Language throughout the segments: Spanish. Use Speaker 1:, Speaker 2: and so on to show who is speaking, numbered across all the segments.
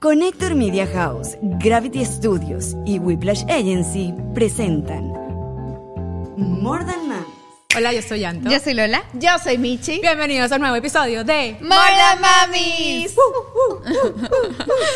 Speaker 1: Connector Media House, Gravity Studios y Whiplash Agency presentan More Than Man.
Speaker 2: Hola, yo soy Anto.
Speaker 3: Yo soy Lola.
Speaker 4: Yo soy Michi.
Speaker 2: Bienvenidos a un nuevo episodio de
Speaker 3: ¡Morda Mamis!
Speaker 4: Uh,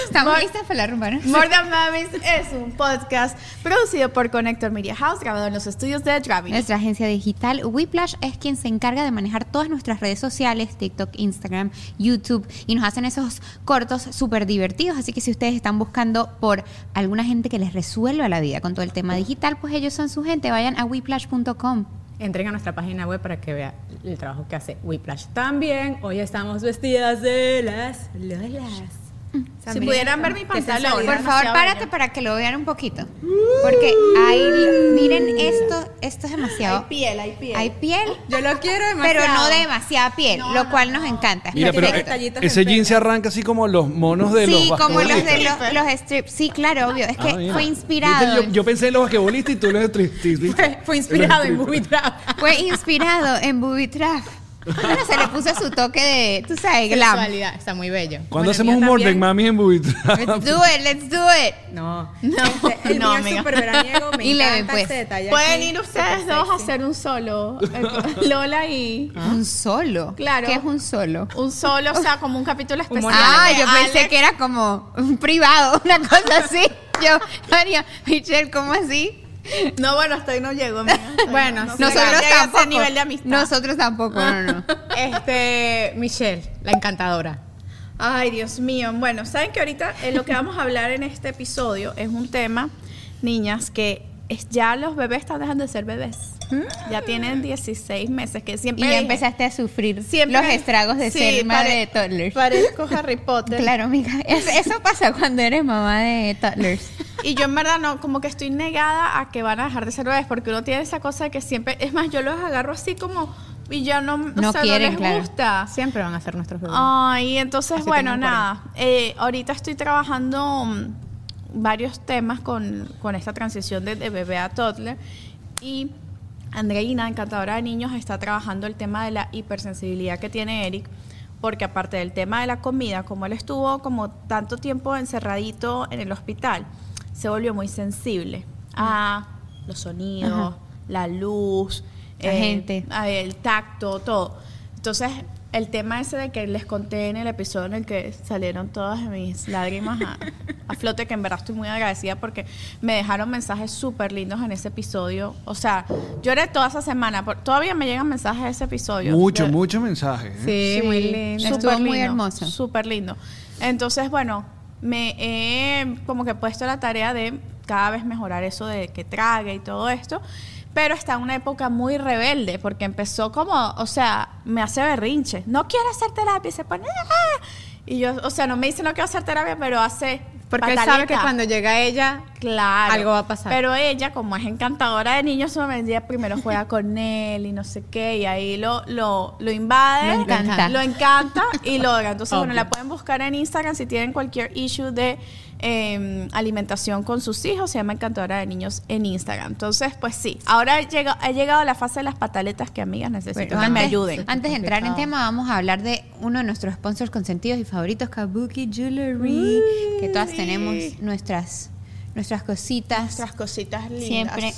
Speaker 3: ¿Estamos listas para la rumba, no?
Speaker 4: More Than Mamis es un podcast producido por Connector Media House, grabado en los estudios de Gravity.
Speaker 3: Nuestra agencia digital Whiplash es quien se encarga de manejar todas nuestras redes sociales, TikTok, Instagram, YouTube, y nos hacen esos cortos súper divertidos. Así que si ustedes están buscando por alguna gente que les resuelva la vida con todo el tema digital, pues ellos son su gente. Vayan a whiplash.com.
Speaker 2: Entren a nuestra página web para que vea el trabajo que hace Whiplash. También hoy estamos vestidas de las Lolas.
Speaker 4: Si pudieran ver mi pantalla,
Speaker 3: Por
Speaker 4: ahora,
Speaker 3: favor,
Speaker 4: demasiado
Speaker 3: párate
Speaker 4: buena.
Speaker 3: para que lo vean un poquito. Porque ahí, miren esto, esto es demasiado.
Speaker 4: Hay piel, hay piel.
Speaker 3: Hay piel.
Speaker 2: Yo lo quiero
Speaker 3: Pero no demasiada piel,
Speaker 4: No,
Speaker 3: lo
Speaker 4: no,
Speaker 3: cual nos encanta. Perfecto.
Speaker 5: Mira, pero
Speaker 2: tiene
Speaker 5: eh,
Speaker 2: detallitos
Speaker 5: ese
Speaker 2: en
Speaker 5: jean se arranca así como los monos de los
Speaker 3: sí, como los de
Speaker 5: basquetbolistas.
Speaker 3: los, los strips. Sí, claro, obvio. Es que
Speaker 5: Ah, mira.
Speaker 3: fue inspirado.
Speaker 5: Viste, Yo, yo pensé en los basquetbolistas y tú en los stripteasistas.
Speaker 2: Fue inspirado en Movie Trap.
Speaker 3: Fue inspirado en Booby Trap. Bueno, se le puso su toque de, tú sabes, glam.
Speaker 2: Sexualidad, Está muy bello.
Speaker 5: Cuando
Speaker 2: Bueno,
Speaker 5: hacemos
Speaker 2: el
Speaker 5: un
Speaker 2: mío
Speaker 5: Morden
Speaker 2: también.
Speaker 5: Mami en Bubita?
Speaker 3: Let's do it, let's do it.
Speaker 2: No. No. el
Speaker 4: No,
Speaker 2: mío es
Speaker 4: amiga.
Speaker 2: súper veraniego. Me
Speaker 3: Y leve,
Speaker 2: encanta
Speaker 3: pues.
Speaker 2: ese detalle
Speaker 4: Pueden
Speaker 2: aquí,
Speaker 4: ir
Speaker 2: súper
Speaker 4: ustedes dos a
Speaker 2: sexy.
Speaker 4: hacer un solo. eh, Lola y
Speaker 3: Un solo.
Speaker 4: Claro.
Speaker 3: ¿Qué es un solo?
Speaker 4: un solo, o sea, como un capítulo especial.
Speaker 3: Ah,
Speaker 4: de
Speaker 3: yo pensé
Speaker 4: Alex.
Speaker 3: que era como un privado, una cosa así. Yo, María, Michelle, ¿cómo así?
Speaker 4: No, bueno, hasta ahí no llego, amiga. Hasta ahí
Speaker 2: Bueno,
Speaker 4: no, no
Speaker 2: nosotros
Speaker 4: llegué a
Speaker 3: Nosotros
Speaker 4: ese
Speaker 3: tampoco.
Speaker 4: nivel de amistad.
Speaker 3: Nosotros tampoco, no, no.
Speaker 2: Este, Michelle, la encantadora.
Speaker 4: Ay, Dios mío. Bueno, saben que ahorita eh, lo que vamos a hablar en este episodio es un tema, niñas, que es, ya los bebés están dejando de ser bebés. Ya tienen 16 meses, que
Speaker 3: Y
Speaker 4: siempre.
Speaker 3: ya
Speaker 4: dije-
Speaker 3: empezaste a sufrir
Speaker 4: siempre-
Speaker 3: los estragos de
Speaker 4: Sí,
Speaker 3: ser madre
Speaker 4: pare-
Speaker 3: de toddlers.
Speaker 4: Parezco Harry Potter.
Speaker 3: Claro, amiga. Es- eso pasa cuando eres mamá de toddlers.
Speaker 4: Y yo en verdad no, como que estoy negada a que van a dejar de ser bebés, porque uno tiene esa cosa de que siempre. Es más, yo los agarro así como. Y ya no, o
Speaker 3: No
Speaker 4: sea,
Speaker 3: quieren,
Speaker 4: no les
Speaker 3: claro.
Speaker 4: gusta.
Speaker 2: Ah, Siempre van a ser nuestros bebés.
Speaker 4: Ay, entonces,
Speaker 2: Así
Speaker 4: bueno,
Speaker 2: tengan
Speaker 4: nada. Eh, ahorita estoy trabajando mm, varios temas con, con esta transición de, de bebé a toddler. Y Andreina, encantadora de niños, está trabajando el tema de la hipersensibilidad que tiene Eric. Porque aparte del tema de la comida, como él estuvo como tanto tiempo encerradito en el hospital, se volvió muy sensible a los sonidos,
Speaker 3: Mm. Ajá.
Speaker 4: la luz, eh,
Speaker 3: La gente.
Speaker 4: a ver, el tacto, todo. Entonces, el tema ese de que les conté en el episodio en el que salieron todas mis lágrimas a, a flote, que en verdad estoy muy agradecida porque me dejaron mensajes súper lindos en ese episodio. O sea, lloré toda esa semana. por- todavía me llegan mensajes de ese episodio.
Speaker 5: Mucho,
Speaker 4: De-
Speaker 5: mucho mensaje. ¿eh?
Speaker 2: Sí, muy lindo.
Speaker 3: Estuvo
Speaker 4: Súper
Speaker 3: muy
Speaker 4: lindo,
Speaker 3: hermoso.
Speaker 4: Súper lindo. Entonces, bueno, me he como que puesto la tarea de cada vez mejorar eso de que trague y todo esto. Pero está en una época muy rebelde porque empezó como, o sea, me hace berrinche. No quiero hacer terapia. Y se pone. "Ah". Y yo, o sea, no me dice no quiero hacer terapia, pero hace.
Speaker 2: Porque él sabe que
Speaker 4: pataleta.
Speaker 2: cuando llega ella,
Speaker 4: Claro.
Speaker 2: Algo va a pasar.
Speaker 4: Pero ella, como es encantadora de niños, solamente ella primero juega con él y no sé qué, y ahí lo, lo, lo invade.
Speaker 3: Lo encanta.
Speaker 4: Lo encanta y logra. Entonces, bueno,
Speaker 2: Obvio.
Speaker 4: la pueden buscar en Instagram si tienen cualquier issue de eh, alimentación con sus hijos. Se llama encantadora de niños en Instagram. Entonces, pues sí. Ahora llega, he llegado a la fase de las pataletas que, amigas, necesito
Speaker 3: Bueno,
Speaker 4: que me
Speaker 3: antes-
Speaker 4: ayuden.
Speaker 3: Antes de entrar en
Speaker 2: complicado.
Speaker 3: tema, vamos a hablar de uno de nuestros sponsors consentidos y favoritos, Kabuki Jewelry, que todas
Speaker 4: sí.
Speaker 3: tenemos nuestras, nuestras cositas.
Speaker 4: Nuestras cositas lindas.
Speaker 3: Siempre.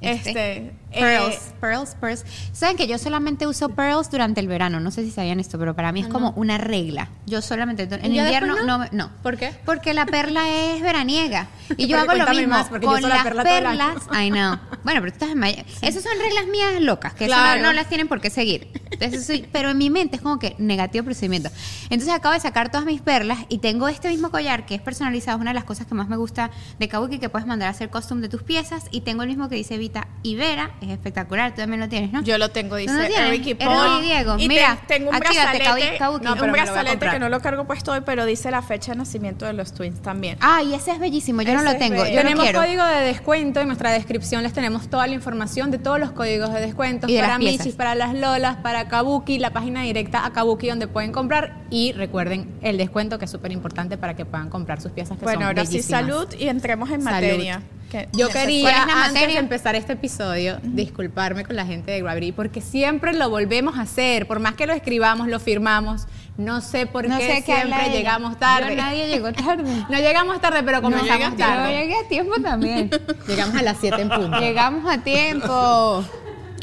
Speaker 4: Este, eh,
Speaker 3: pearls, pearls, pearls. Saben que yo solamente uso pearls durante el verano. No sé si sabían esto, pero para mí es como una regla. Yo solamente en
Speaker 2: ¿Ya
Speaker 3: invierno
Speaker 2: después no?
Speaker 3: no, me- no.
Speaker 2: ¿Por qué?
Speaker 3: Porque la perla es veraniega. Y yo
Speaker 2: Pero
Speaker 3: hago lo
Speaker 2: cuéntame
Speaker 3: mismo
Speaker 2: más, porque yo
Speaker 3: con
Speaker 2: uso la
Speaker 3: las
Speaker 2: perla todo el año.
Speaker 3: perlas. Ay, no. Bueno, pero tú estás en Maya- Esas son reglas mías locas, que eso
Speaker 2: Claro.
Speaker 3: no, no las tienen por qué seguir. Entonces, soy- pero en mi mente es como que negativo procedimiento. Entonces acabo de sacar todas mis perlas y tengo este mismo collar que es personalizado, es una de las cosas que más me gusta de Kabuki, que puedes mandar a hacer custom de tus piezas. Y tengo el mismo que dice Vita Ibera, es espectacular, tú también lo tienes, ¿no?
Speaker 4: Yo lo tengo, dice
Speaker 3: ¿Tú no tienes?
Speaker 4: Ricky Paul.
Speaker 3: Erwin y Diego,
Speaker 4: Y
Speaker 3: mira,
Speaker 4: ten- tengo un
Speaker 3: actívate,
Speaker 4: brazalete,
Speaker 3: Kabuki, Kabuki.
Speaker 4: no,
Speaker 2: No, pero
Speaker 4: un
Speaker 2: me lo voy a
Speaker 4: brazalete
Speaker 2: comprar.
Speaker 4: que no lo cargo puesto hoy, pero dice la fecha de nacimiento de los twins también.
Speaker 3: Ay, Ah, ese es bellísimo, yo no
Speaker 4: Ese
Speaker 3: lo
Speaker 4: es
Speaker 3: tengo,
Speaker 4: bello.
Speaker 3: yo lo
Speaker 2: tenemos
Speaker 3: quiero.
Speaker 2: código de descuento en nuestra descripción les tenemos toda la información de todos los códigos de descuento
Speaker 3: Y de
Speaker 2: para
Speaker 3: las piezas.
Speaker 2: Michis, para las Lolas, para Kabuki, la página directa a Kabuki donde pueden comprar y recuerden el descuento que es súper importante para que puedan comprar sus piezas que
Speaker 4: bueno,
Speaker 2: son
Speaker 4: ahora sí,
Speaker 2: bellísimas.
Speaker 4: salud y entremos en
Speaker 2: Salud.
Speaker 4: materia. que
Speaker 2: Yo
Speaker 4: que-
Speaker 3: ¿Cuál
Speaker 2: quería,
Speaker 3: es la
Speaker 2: antes
Speaker 3: materia?
Speaker 2: de empezar este episodio, disculparme con la gente de Gravity, porque siempre lo volvemos a hacer. Por más que lo escribamos, lo firmamos, no sé por
Speaker 3: No
Speaker 2: qué
Speaker 3: sé qué habla
Speaker 2: siempre
Speaker 3: ella.
Speaker 2: llegamos tarde.
Speaker 3: Yo, nadie llegó tarde.
Speaker 2: No llegamos tarde, pero comenzamos
Speaker 4: llegaste,
Speaker 3: Yo
Speaker 2: tarde.
Speaker 3: llegué a tiempo también.
Speaker 2: Llegamos a las 7 en punto.
Speaker 3: Llegamos a tiempo.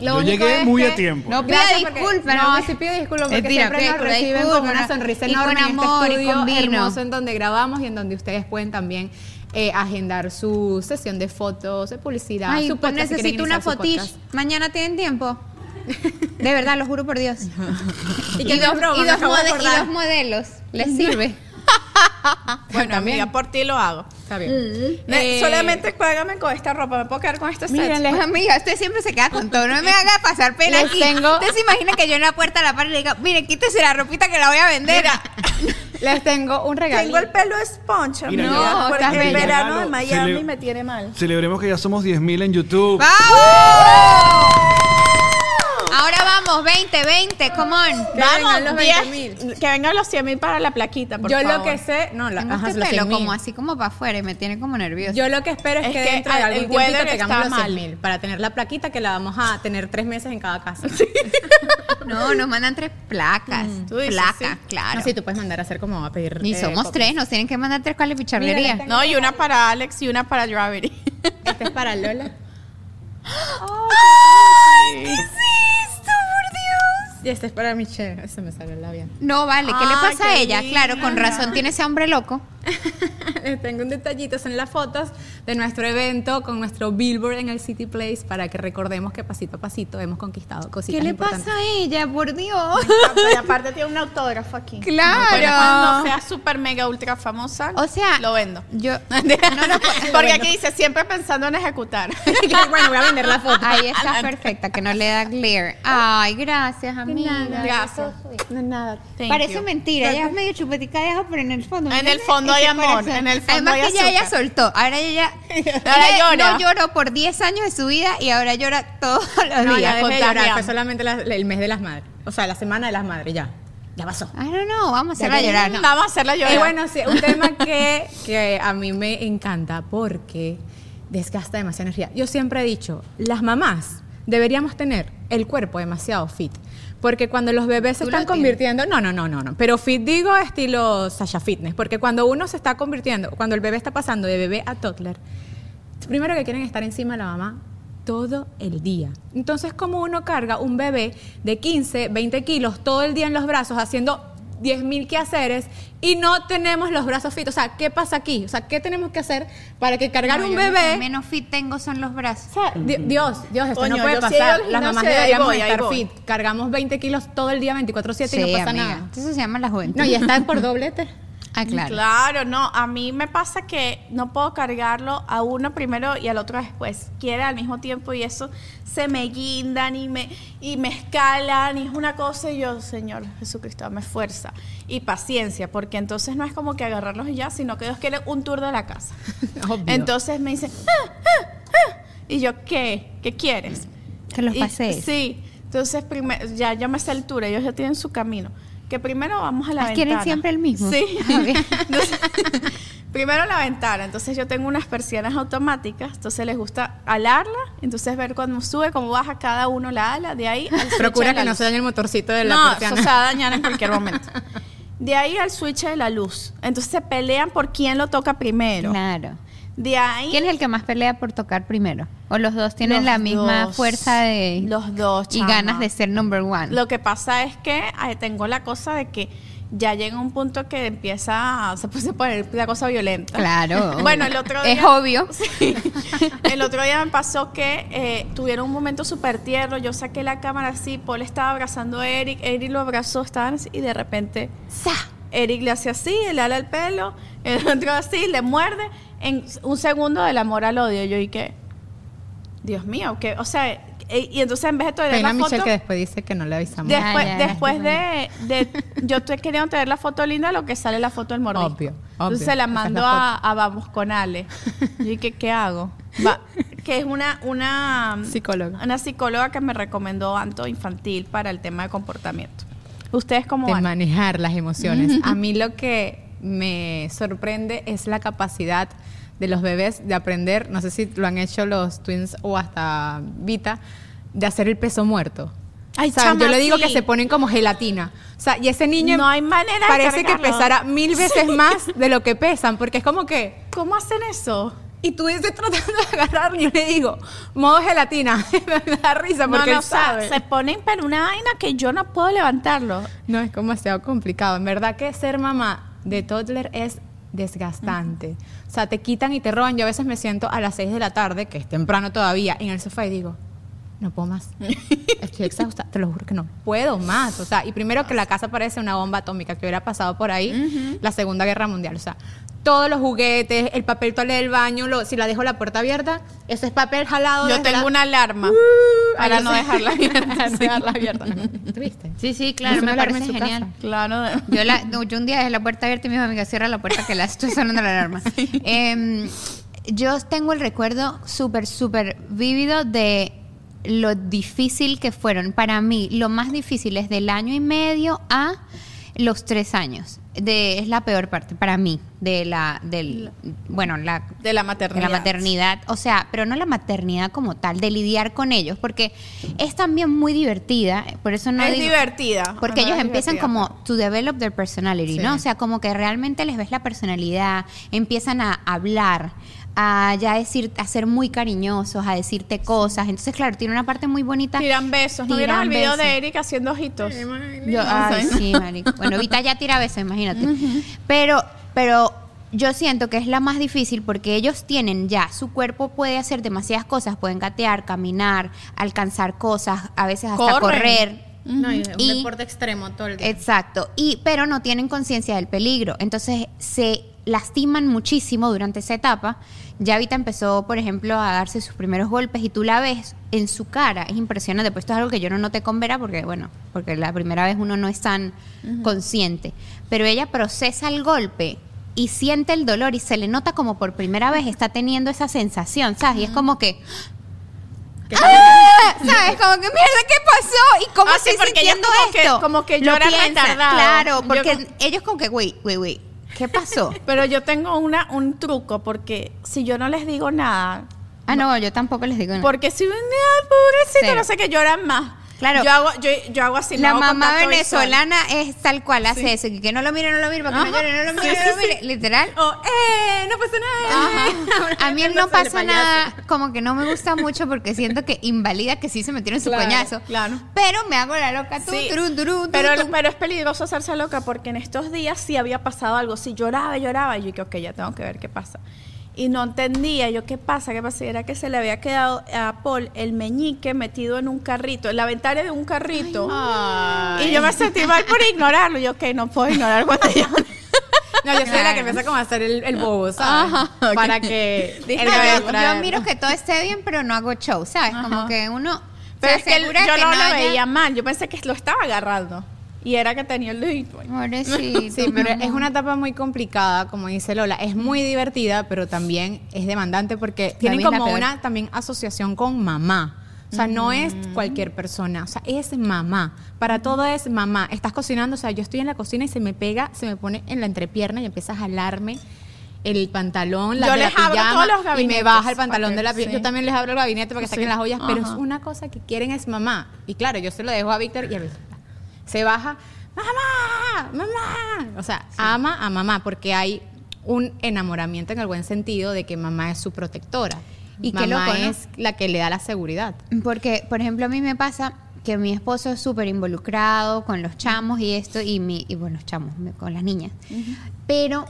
Speaker 5: Yo
Speaker 2: único
Speaker 5: llegué
Speaker 2: es
Speaker 5: muy
Speaker 2: que-
Speaker 5: a tiempo.
Speaker 3: No pida
Speaker 2: Gracias porque-
Speaker 3: disculpas.
Speaker 2: No, sí pido disculpas porque
Speaker 3: Mentira,
Speaker 2: siempre
Speaker 3: pido
Speaker 2: nos
Speaker 3: disculpas,
Speaker 2: reciben con
Speaker 3: disculpas,
Speaker 2: una
Speaker 3: no.
Speaker 2: sonrisa
Speaker 3: Y
Speaker 2: enorme
Speaker 3: con amor,
Speaker 2: en
Speaker 3: y
Speaker 2: este estudio
Speaker 3: con vino.
Speaker 2: hermoso en donde grabamos y en donde ustedes pueden también eh, agendar su sesión de fotos, de publicidad,
Speaker 3: Ay,
Speaker 2: su
Speaker 3: pues
Speaker 2: podcast, si quieren
Speaker 3: necesito una
Speaker 2: iniciar su
Speaker 3: fotish.
Speaker 2: podcast.
Speaker 3: Mañana tienen tiempo. De verdad, lo juro por Dios.
Speaker 2: Y que no proban,
Speaker 3: y
Speaker 2: me
Speaker 3: dos
Speaker 2: acabo de
Speaker 3: mode- y
Speaker 2: acordar.
Speaker 3: dos modelos. ¿Les sirve?
Speaker 4: Bueno,
Speaker 2: También.
Speaker 4: amiga, por ti lo hago.
Speaker 2: Está bien.
Speaker 3: Mm.
Speaker 4: Ne-
Speaker 2: Eh,
Speaker 4: Solamente cuélgame con esta ropa, me puedo quedar con este set.
Speaker 3: Miren, les pues, amiga, usted siempre se queda con todo. No me haga pasar pena
Speaker 2: Les
Speaker 3: aquí.
Speaker 2: tengo-
Speaker 3: Usted se imagina que yo en la puerta de la pared le diga, mire, quítese la ropita que la voy a vender.
Speaker 2: les tengo un regalo.
Speaker 4: Tengo el pelo esponja,
Speaker 5: Mira,
Speaker 4: amiga,
Speaker 5: ya-
Speaker 4: porque
Speaker 3: estás
Speaker 4: el
Speaker 3: bella.
Speaker 4: verano de
Speaker 5: Regalo,
Speaker 4: Miami
Speaker 5: cele-
Speaker 4: me tiene mal.
Speaker 5: Celebremos que ya somos 10.000 en YouTube.
Speaker 3: ¡Vamos! Ahora vamos, 20, 20, come on.
Speaker 2: Que vengan los
Speaker 4: 10, Que vengan los 100 mil para la plaquita, por
Speaker 2: Yo
Speaker 4: favor.
Speaker 2: lo que sé, no, la,
Speaker 3: Tengo
Speaker 2: ajá,
Speaker 3: este
Speaker 2: los
Speaker 3: pelo
Speaker 2: 100.000.
Speaker 3: como así como para afuera y me tiene como nerviosa.
Speaker 2: Yo lo que espero es,
Speaker 4: Es
Speaker 2: que,
Speaker 4: que
Speaker 2: dentro de
Speaker 4: al-
Speaker 2: algún
Speaker 4: el
Speaker 2: tiempito
Speaker 4: weather
Speaker 2: tengamos
Speaker 4: está
Speaker 2: los
Speaker 4: mal.
Speaker 2: 100.000 para tener la plaquita que la vamos a tener tres meses en cada casa.
Speaker 3: No, nos mandan tres placas.
Speaker 4: Tú dices,
Speaker 2: Ah,
Speaker 3: placas,
Speaker 4: sí.
Speaker 3: claro.
Speaker 2: No, sí, tú puedes mandar a hacer como a pedir.
Speaker 3: Ni
Speaker 2: eh,
Speaker 3: somos
Speaker 2: copias.
Speaker 3: tres, nos tienen que mandar tres cuales
Speaker 2: Mira,
Speaker 3: bicharrería.
Speaker 2: les tengo-
Speaker 4: No, y una para Alex y una para Gravity.
Speaker 2: Este es para Lola.
Speaker 4: ¡Ay!
Speaker 3: ¿Qué es esto, por Dios?
Speaker 2: Y este es para Michelle. Se me salió el labial.
Speaker 3: No, vale, ¿qué le
Speaker 4: Ay,
Speaker 3: pasa a
Speaker 4: qué
Speaker 3: ella? Claro, con
Speaker 4: linda.
Speaker 3: razón tiene ese hombre loco.
Speaker 2: Les tengo un detallito, son las fotos de nuestro evento con nuestro billboard en el City Place para que recordemos que pasito a pasito hemos conquistado cositas
Speaker 3: ¿Qué le
Speaker 2: importantes.
Speaker 3: pasa a ella, por Dios?
Speaker 4: Y Ah, aparte tiene un autógrafo aquí. Pero
Speaker 3: Claro.
Speaker 4: cuando sea super mega ultra famosa,
Speaker 3: O sea,
Speaker 4: lo vendo.
Speaker 3: Yo,
Speaker 4: Porque aquí dice siempre pensando en ejecutar.
Speaker 2: bueno, voy a vender la foto.
Speaker 3: ahí está perfecta, que no le da glare. Ay, gracias, amiga.
Speaker 4: Gracias. De nada. Thank
Speaker 3: Parece
Speaker 4: you.
Speaker 3: mentira, ella es medio chupetica de ajo, pero en el fondo.
Speaker 4: En
Speaker 3: mira
Speaker 4: el fondo
Speaker 3: ese
Speaker 4: hay amor,
Speaker 3: corazón.
Speaker 4: en el fondo
Speaker 3: Además
Speaker 4: hay
Speaker 3: que ya ella
Speaker 4: azúcar.
Speaker 3: soltó, ahora ella,
Speaker 4: Ahora
Speaker 3: ella
Speaker 4: llora.
Speaker 3: No lloró por 10 años de su vida y ahora llora todos los
Speaker 2: No,
Speaker 3: días.
Speaker 2: ya dejé de
Speaker 4: contagiamos.
Speaker 2: llorar. Fue solamente la- el mes de las madres. O sea, la semana de las madres, ya. Ya pasó.
Speaker 3: I don't know, vamos a
Speaker 2: Ya
Speaker 3: hacerla
Speaker 2: te-
Speaker 3: llorar. no.
Speaker 4: Vamos a hacerla llorar.
Speaker 2: Y bueno, sí, un tema que, que a mí me encanta porque desgasta demasiada energía. Yo siempre he dicho, las mamás deberíamos tener el cuerpo demasiado fit. Porque cuando los bebés se
Speaker 3: Tú lo
Speaker 2: están
Speaker 3: tienes.
Speaker 2: convirtiendo, no, no, no, no, no, pero fit digo estilo Sasha Fitness, porque cuando uno se está convirtiendo, cuando el bebé está pasando de bebé a toddler, primero que quieren estar encima de la mamá todo el día. Entonces, como uno carga un bebé de 15, 20 kilos todo el día en los brazos haciendo 10.000 quehaceres y no tenemos los brazos fit? O sea, ¿qué pasa aquí? O sea, ¿qué tenemos que hacer para que cargar
Speaker 3: No,
Speaker 2: un
Speaker 3: yo lo que
Speaker 2: bebé?
Speaker 3: menos fit tengo son los brazos.
Speaker 2: O sea, di- Dios, Dios, esto
Speaker 4: Coño,
Speaker 2: no puede
Speaker 4: yo sí he ido
Speaker 2: pasar.
Speaker 4: al
Speaker 2: Las mamás
Speaker 4: gimnasio y ahí
Speaker 2: deberíamos
Speaker 4: voy, ahí
Speaker 2: estar
Speaker 4: voy.
Speaker 2: fit. Cargamos 20 kilos todo el día, 24-7 y no pasa
Speaker 3: amiga,
Speaker 2: nada.
Speaker 3: Eso se llama la juventud.
Speaker 2: No, y están por doblete.
Speaker 3: Ah, claro.
Speaker 4: Mm, Claro, no, a mí me pasa que no puedo cargarlo a uno primero y al otro después. Quiere al mismo tiempo y eso se me guindan y me, y me escalan y es una cosa y yo, Señor Jesucristo, dame fuerza y paciencia, porque entonces no es como que agarrarlos y ya, sino que ellos quieren un tour de la casa.
Speaker 2: Obvio.
Speaker 4: Entonces me dicen, "Ah, ah, ah". y yo, ¿qué? ¿Qué quieres?
Speaker 3: Que los
Speaker 4: Y-
Speaker 3: pasees.
Speaker 4: Sí, entonces primero, ya, ya me sé el tour, ellos ya tienen su camino. Que primero vamos a la
Speaker 3: Ah,
Speaker 4: ventana.
Speaker 3: ¿quieren siempre el mismo?
Speaker 4: Sí.
Speaker 3: Ah, bien.
Speaker 4: Entonces, primero la ventana. Entonces yo tengo unas persianas automáticas, entonces les gusta alarla, entonces ver cómo sube, cómo baja cada uno la ala, de ahí al switch
Speaker 2: Procura
Speaker 4: de la
Speaker 2: que no
Speaker 4: luz.
Speaker 2: se dañe el motorcito de la
Speaker 4: No, eso
Speaker 2: persiana.
Speaker 4: se va a dañar en cualquier momento. De ahí al switch de la luz. Entonces se pelean por quién lo toca primero.
Speaker 3: Claro.
Speaker 4: De ahí
Speaker 3: ¿Quién es el que más pelea por tocar primero? ¿O los dos tienen
Speaker 4: Los
Speaker 3: la misma
Speaker 4: dos.
Speaker 3: fuerza de
Speaker 4: Los dos,
Speaker 3: y
Speaker 4: chama.
Speaker 3: ganas de ser number one?
Speaker 4: Lo que pasa es que ay, tengo la cosa de que ya llega un punto que empieza, a- se puede poner la cosa violenta.
Speaker 3: Claro.
Speaker 4: Bueno, el otro día.
Speaker 3: Es obvio.
Speaker 4: Sí. El otro día me pasó que eh, tuvieron un momento súper tierno. Yo saqué la cámara así, Paul estaba abrazando a Eric, Eric lo abrazó, estaban así, y de repente, ¡za! Eric le hace así, le ala el pelo, el otro así, le muerde. En un segundo del amor al odio, yo y que, Dios mío, que, o sea, eh, y entonces en vez de tolerar
Speaker 2: Pena
Speaker 4: la
Speaker 2: a
Speaker 4: foto,
Speaker 2: Michelle que después dice que no le avisamos.
Speaker 3: Ya,
Speaker 4: Después,
Speaker 3: ya,
Speaker 4: después de, de- yo te quería tener la foto linda, lo que sale la foto del mordisco.
Speaker 2: Obvio, obvio.
Speaker 4: Entonces se
Speaker 2: Esa
Speaker 4: la
Speaker 2: es la
Speaker 4: mando a, a Vamos con Ale. Yo dije, ¿qué hago? Va- que es una, una
Speaker 2: Psicóloga.
Speaker 4: Una psicóloga que me recomendó Anto Infantil para el tema de comportamiento. ¿Ustedes cómo
Speaker 2: de
Speaker 4: van?
Speaker 2: manejar las emociones. A mí lo que me sorprende es la capacidad de los bebés de aprender, no sé si lo han hecho los twins o hasta Vita, de hacer el peso muerto.
Speaker 4: Ay,
Speaker 2: ¿Sabes?
Speaker 4: chama,
Speaker 2: Yo le digo
Speaker 4: sí.
Speaker 2: que se ponen como gelatina. O sea, y ese niño
Speaker 4: No hay manera de
Speaker 2: parece que
Speaker 4: cargarlo.
Speaker 2: pesara mil veces más de lo que pesan, porque es como que
Speaker 4: ¿Cómo hacen eso?
Speaker 2: y tú dices tratando de agarrar, yo le digo, modo gelatina. me da risa
Speaker 4: No,
Speaker 2: porque él
Speaker 4: no, o sea,
Speaker 2: sabe.
Speaker 4: se ponen para una vaina que yo no puedo levantarlo.
Speaker 2: No, es demasiado complicado. En verdad que ser mamá de toddler es desgastante. O sea, te quitan y te roban. Yo a veces me siento a las 6 de la tarde, que es temprano todavía, en el sofá y digo, no puedo más. Estoy exhausta, te lo juro que no puedo más. O sea, y primero que la casa parece una bomba atómica que hubiera pasado por ahí la Segunda Guerra Mundial. O sea, todos los juguetes, el papel toalé del baño, lo- si la dejo la puerta abierta, eso es papel jalado.
Speaker 4: Yo
Speaker 2: desde
Speaker 4: tengo
Speaker 2: la-
Speaker 4: una alarma para
Speaker 2: Ay,
Speaker 4: no
Speaker 2: sí.
Speaker 4: dejarla abierta.
Speaker 2: Para no
Speaker 4: sí.
Speaker 2: dejarla abierta. ¿Tuviste?
Speaker 3: Sí, sí, claro,
Speaker 2: Hizo
Speaker 3: me
Speaker 2: una alarma
Speaker 3: parece
Speaker 2: en su
Speaker 3: genial.
Speaker 2: casa.
Speaker 4: Claro. de-
Speaker 3: Yo, la, no, yo un día dejé la puerta abierta y mi amiga cierra la puerta que la estoy sonando la alarma. Em, yo tengo el recuerdo súper, súper vívido de lo difícil que fueron. Para mí, lo más difícil es del año y medio a los tres años. De, es la peor parte para mí de la del bueno la
Speaker 4: De la maternidad.
Speaker 3: de la maternidad, o sea, pero no la maternidad como tal, de lidiar con ellos, porque es también muy divertida, por eso no
Speaker 4: es
Speaker 3: digo-
Speaker 4: divertida.
Speaker 3: porque
Speaker 4: en
Speaker 3: ellos
Speaker 4: verdad es pues.
Speaker 3: empiezan
Speaker 4: divertida.
Speaker 3: como to develop their personality,
Speaker 2: Sí.
Speaker 3: ¿no? O sea, como que realmente les ves la personalidad, empiezan a hablar, a ya decir, a ser muy cariñosos, a decirte cosas. Entonces, claro, tiene una parte muy bonita.
Speaker 4: Tiran besos. ¿No vieron
Speaker 3: Tiran
Speaker 4: el video
Speaker 3: besos.
Speaker 4: de Eric haciendo ojitos?
Speaker 3: Yo, ay,
Speaker 4: ¿sabes?
Speaker 3: sí, marico. Bueno, Vita ya tira besos, imagínate. Pero, pero yo siento que es la más difícil porque ellos tienen ya, su cuerpo puede hacer demasiadas cosas, pueden gatear, caminar, alcanzar cosas, a veces hasta
Speaker 4: Corren.
Speaker 3: correr.
Speaker 2: No, y es un
Speaker 3: Y-
Speaker 2: deporte extremo todo el día.
Speaker 3: Exacto, y pero no tienen conciencia del peligro, entonces se lastiman muchísimo durante esa etapa. Ya Vita empezó, por ejemplo, a darse sus primeros golpes y tú la ves en su cara, es impresionante, pues esto es algo que yo no noté con Vera porque bueno, porque la primera vez uno no es tan consciente, pero ella procesa el golpe y siente el dolor y se le nota como por primera vez está teniendo esa sensación, ¿sabes? Y es como que ¡Ah! ¿Sabes? Como que, mierda, ¿qué pasó? ¿Y cómo
Speaker 4: Ah, sí,
Speaker 3: estoy
Speaker 4: porque
Speaker 3: sintiendo
Speaker 4: ellos como que-
Speaker 3: esto?
Speaker 4: como que
Speaker 3: Lo
Speaker 4: lloran
Speaker 3: piensan,
Speaker 4: retardado.
Speaker 3: Claro,
Speaker 4: Yo
Speaker 3: porque
Speaker 4: como-
Speaker 3: ellos como que, güey, güey, güey, ¿qué pasó?
Speaker 4: Pero yo tengo una, un truco, porque si yo no les digo nada,
Speaker 3: ah, no, yo tampoco les digo nada.
Speaker 4: porque si un día, ay, pobrecito,
Speaker 3: Cero.
Speaker 4: no sé qué lloran más.
Speaker 3: Claro.
Speaker 4: Yo hago, yo, yo hago así.
Speaker 3: la
Speaker 4: no hago
Speaker 3: mamá
Speaker 4: contacto
Speaker 3: venezolana es tal cual, hace eso, que, que no lo mire, no lo mire, para que no
Speaker 4: Ajá.
Speaker 3: llore, no lo mire,
Speaker 4: Sí,
Speaker 3: no lo
Speaker 4: sí,
Speaker 3: mire, literal.
Speaker 4: visual. O, eh, no pasa nada.
Speaker 3: Ajá. A mí el
Speaker 2: No
Speaker 3: no
Speaker 2: sale
Speaker 3: pasa nada, como que no me gusta mucho porque siento que invalida que sí se metieron su
Speaker 2: Claro,
Speaker 3: coñazo.
Speaker 4: claro.
Speaker 3: Pero me hago la loca tú,
Speaker 4: Sí,
Speaker 3: turun, turun,
Speaker 4: pero,
Speaker 3: turun,
Speaker 4: pero es peligroso hacerse loca porque en estos días sí había pasado algo. Sí, lloraba, lloraba. Y yo dije, ok, ya tengo que ver qué pasa. Y no entendía yo qué pasa, qué pasa. Y Era que se le había quedado a Paul el meñique metido en un carrito, en la ventana de un carrito. Y yo me sentí mal por ignorarlo. Y yo, ok, no puedo ignorar cuando yo.
Speaker 2: No, yo soy la que
Speaker 3: Claro.
Speaker 2: empieza como a hacer el, el bobo, ¿sabes?
Speaker 4: Ajá, ok.
Speaker 2: Para que
Speaker 4: Dije,
Speaker 2: él
Speaker 3: Ah,
Speaker 2: vaya a
Speaker 3: yo- yo,
Speaker 2: traer.
Speaker 3: miro que todo esté bien, pero no hago show, ¿sabes? Como
Speaker 4: Ajá.
Speaker 3: que uno
Speaker 4: Pero es que él-
Speaker 3: asegura
Speaker 4: yo no, lo
Speaker 3: haya-
Speaker 4: veía mal. Yo pensé que lo estaba agarrando. Y era que tenía el dedito. ahí.
Speaker 3: Pobrecito,
Speaker 2: Sí, pero
Speaker 3: mi
Speaker 2: es
Speaker 3: amor.
Speaker 2: una etapa muy complicada, como dice Lola. Es muy divertida, pero también es demandante porque tienen
Speaker 3: mí es la
Speaker 2: como
Speaker 3: peor.
Speaker 2: una también asociación con mamá. O sea, no es cualquier persona, o sea, es mamá. Para todo es mamá. Estás cocinando, o sea, yo estoy en la cocina y se me pega, se me pone en la entrepierna y empieza a jalarme el pantalón, la,
Speaker 4: Yo
Speaker 2: de la
Speaker 4: les abro
Speaker 2: pijama,
Speaker 4: todos los
Speaker 2: y me
Speaker 4: gabinetes
Speaker 2: baja el
Speaker 4: para
Speaker 2: pantalón
Speaker 4: que-
Speaker 2: de la pi-
Speaker 4: sí.
Speaker 2: Yo también les abro el gabinete para que
Speaker 4: Sí.
Speaker 2: saquen las ollas, pero es
Speaker 4: Ajá.
Speaker 2: una cosa que quieren es mamá. Y claro, yo se lo dejo a Víctor y a veces se baja, mamá, mamá. O sea, ama a mamá porque hay un enamoramiento en el buen sentido de que mamá es su protectora.
Speaker 3: Y
Speaker 2: Y
Speaker 3: qué
Speaker 2: que
Speaker 3: loco, ¿no?
Speaker 2: es la que le da la seguridad.
Speaker 3: Porque, por ejemplo, a mí me pasa que mi esposo es súper involucrado con los chamos y esto, y, mi, y bueno, los chamos, me- con las niñas. Pero,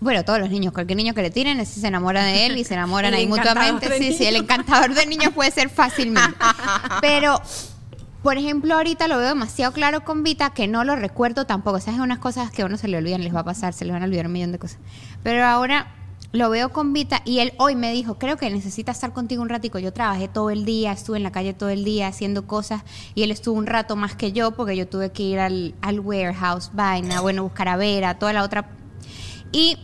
Speaker 3: bueno, todos los niños, cualquier niño que le tiren, ese se enamora de él y se enamoran
Speaker 2: El
Speaker 3: ahí
Speaker 2: encantador
Speaker 3: mutuamente.
Speaker 2: de
Speaker 3: Sí, sí,
Speaker 2: niños.
Speaker 3: el encantador de niños puede ser fácilmente. Pero, por ejemplo, ahorita lo veo demasiado claro con Vita, que no lo recuerdo tampoco. Esas son unas cosas que a uno se le olvidan, les va a pasar, se les van a olvidar un millón de cosas. Pero ahora lo veo con Vita y él hoy me dijo, creo que necesita estar contigo un ratico. Yo trabajé todo el día, estuve en la calle todo el día haciendo cosas y él estuvo un rato más que yo porque yo tuve que ir al, al warehouse, vaina, bueno, buscar a Vera, toda la otra. Y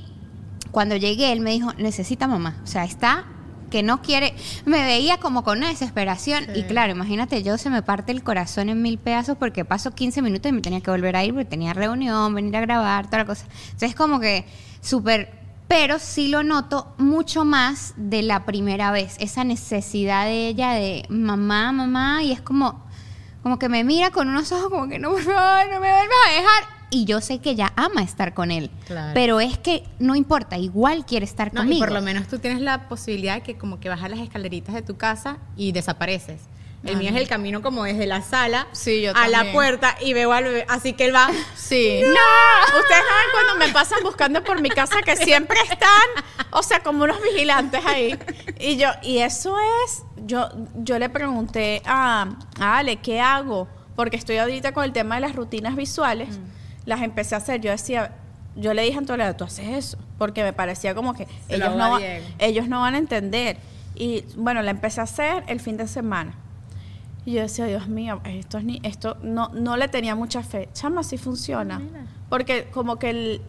Speaker 3: cuando llegué, él me dijo, necesita mamá. O sea, está que no quiere. Me veía como con una desesperación. Y claro, imagínate, yo se me parte el corazón en mil pedazos porque paso 15 minutos y me tenía que volver a ir porque tenía reunión, venir a grabar, toda la cosa. Entonces, como que súper pero sí lo noto mucho más de la primera vez, esa necesidad de ella de mamá, mamá, y es como, como que me mira con unos ojos como que no, por favor, no me vuelvas a dejar. Y yo sé que ella ama estar con él,
Speaker 2: Claro.
Speaker 3: pero es que no importa, igual quiere estar
Speaker 2: No, y
Speaker 3: conmigo.
Speaker 2: por lo menos tú tienes la posibilidad de que como que bajas las escaleritas de tu casa y desapareces. El mío es el camino como desde la sala
Speaker 4: Sí, yo
Speaker 2: a la
Speaker 4: también.
Speaker 2: puerta y veo al bebé. Así que él va.
Speaker 4: Sí. ¡No! Ustedes saben cuando me pasan buscando por mi casa que siempre están, o sea, como unos vigilantes ahí. Y yo, y eso es, yo, yo le pregunté a, a Ale, ¿qué hago? Porque estoy ahorita con el tema de las rutinas visuales. Las empecé a hacer. Yo decía, yo le dije a Antonella, tú haces eso. Porque me parecía como que
Speaker 2: Se lo
Speaker 4: ellos
Speaker 2: hago
Speaker 4: no,
Speaker 2: a
Speaker 4: va-
Speaker 2: Diego.
Speaker 4: ellos no van a entender. Y bueno, la empecé a hacer el fin de semana. Y yo decía, Dios mío, esto, es ni, esto no, no le tenía mucha fe. Chama, sí funciona. Porque como que el-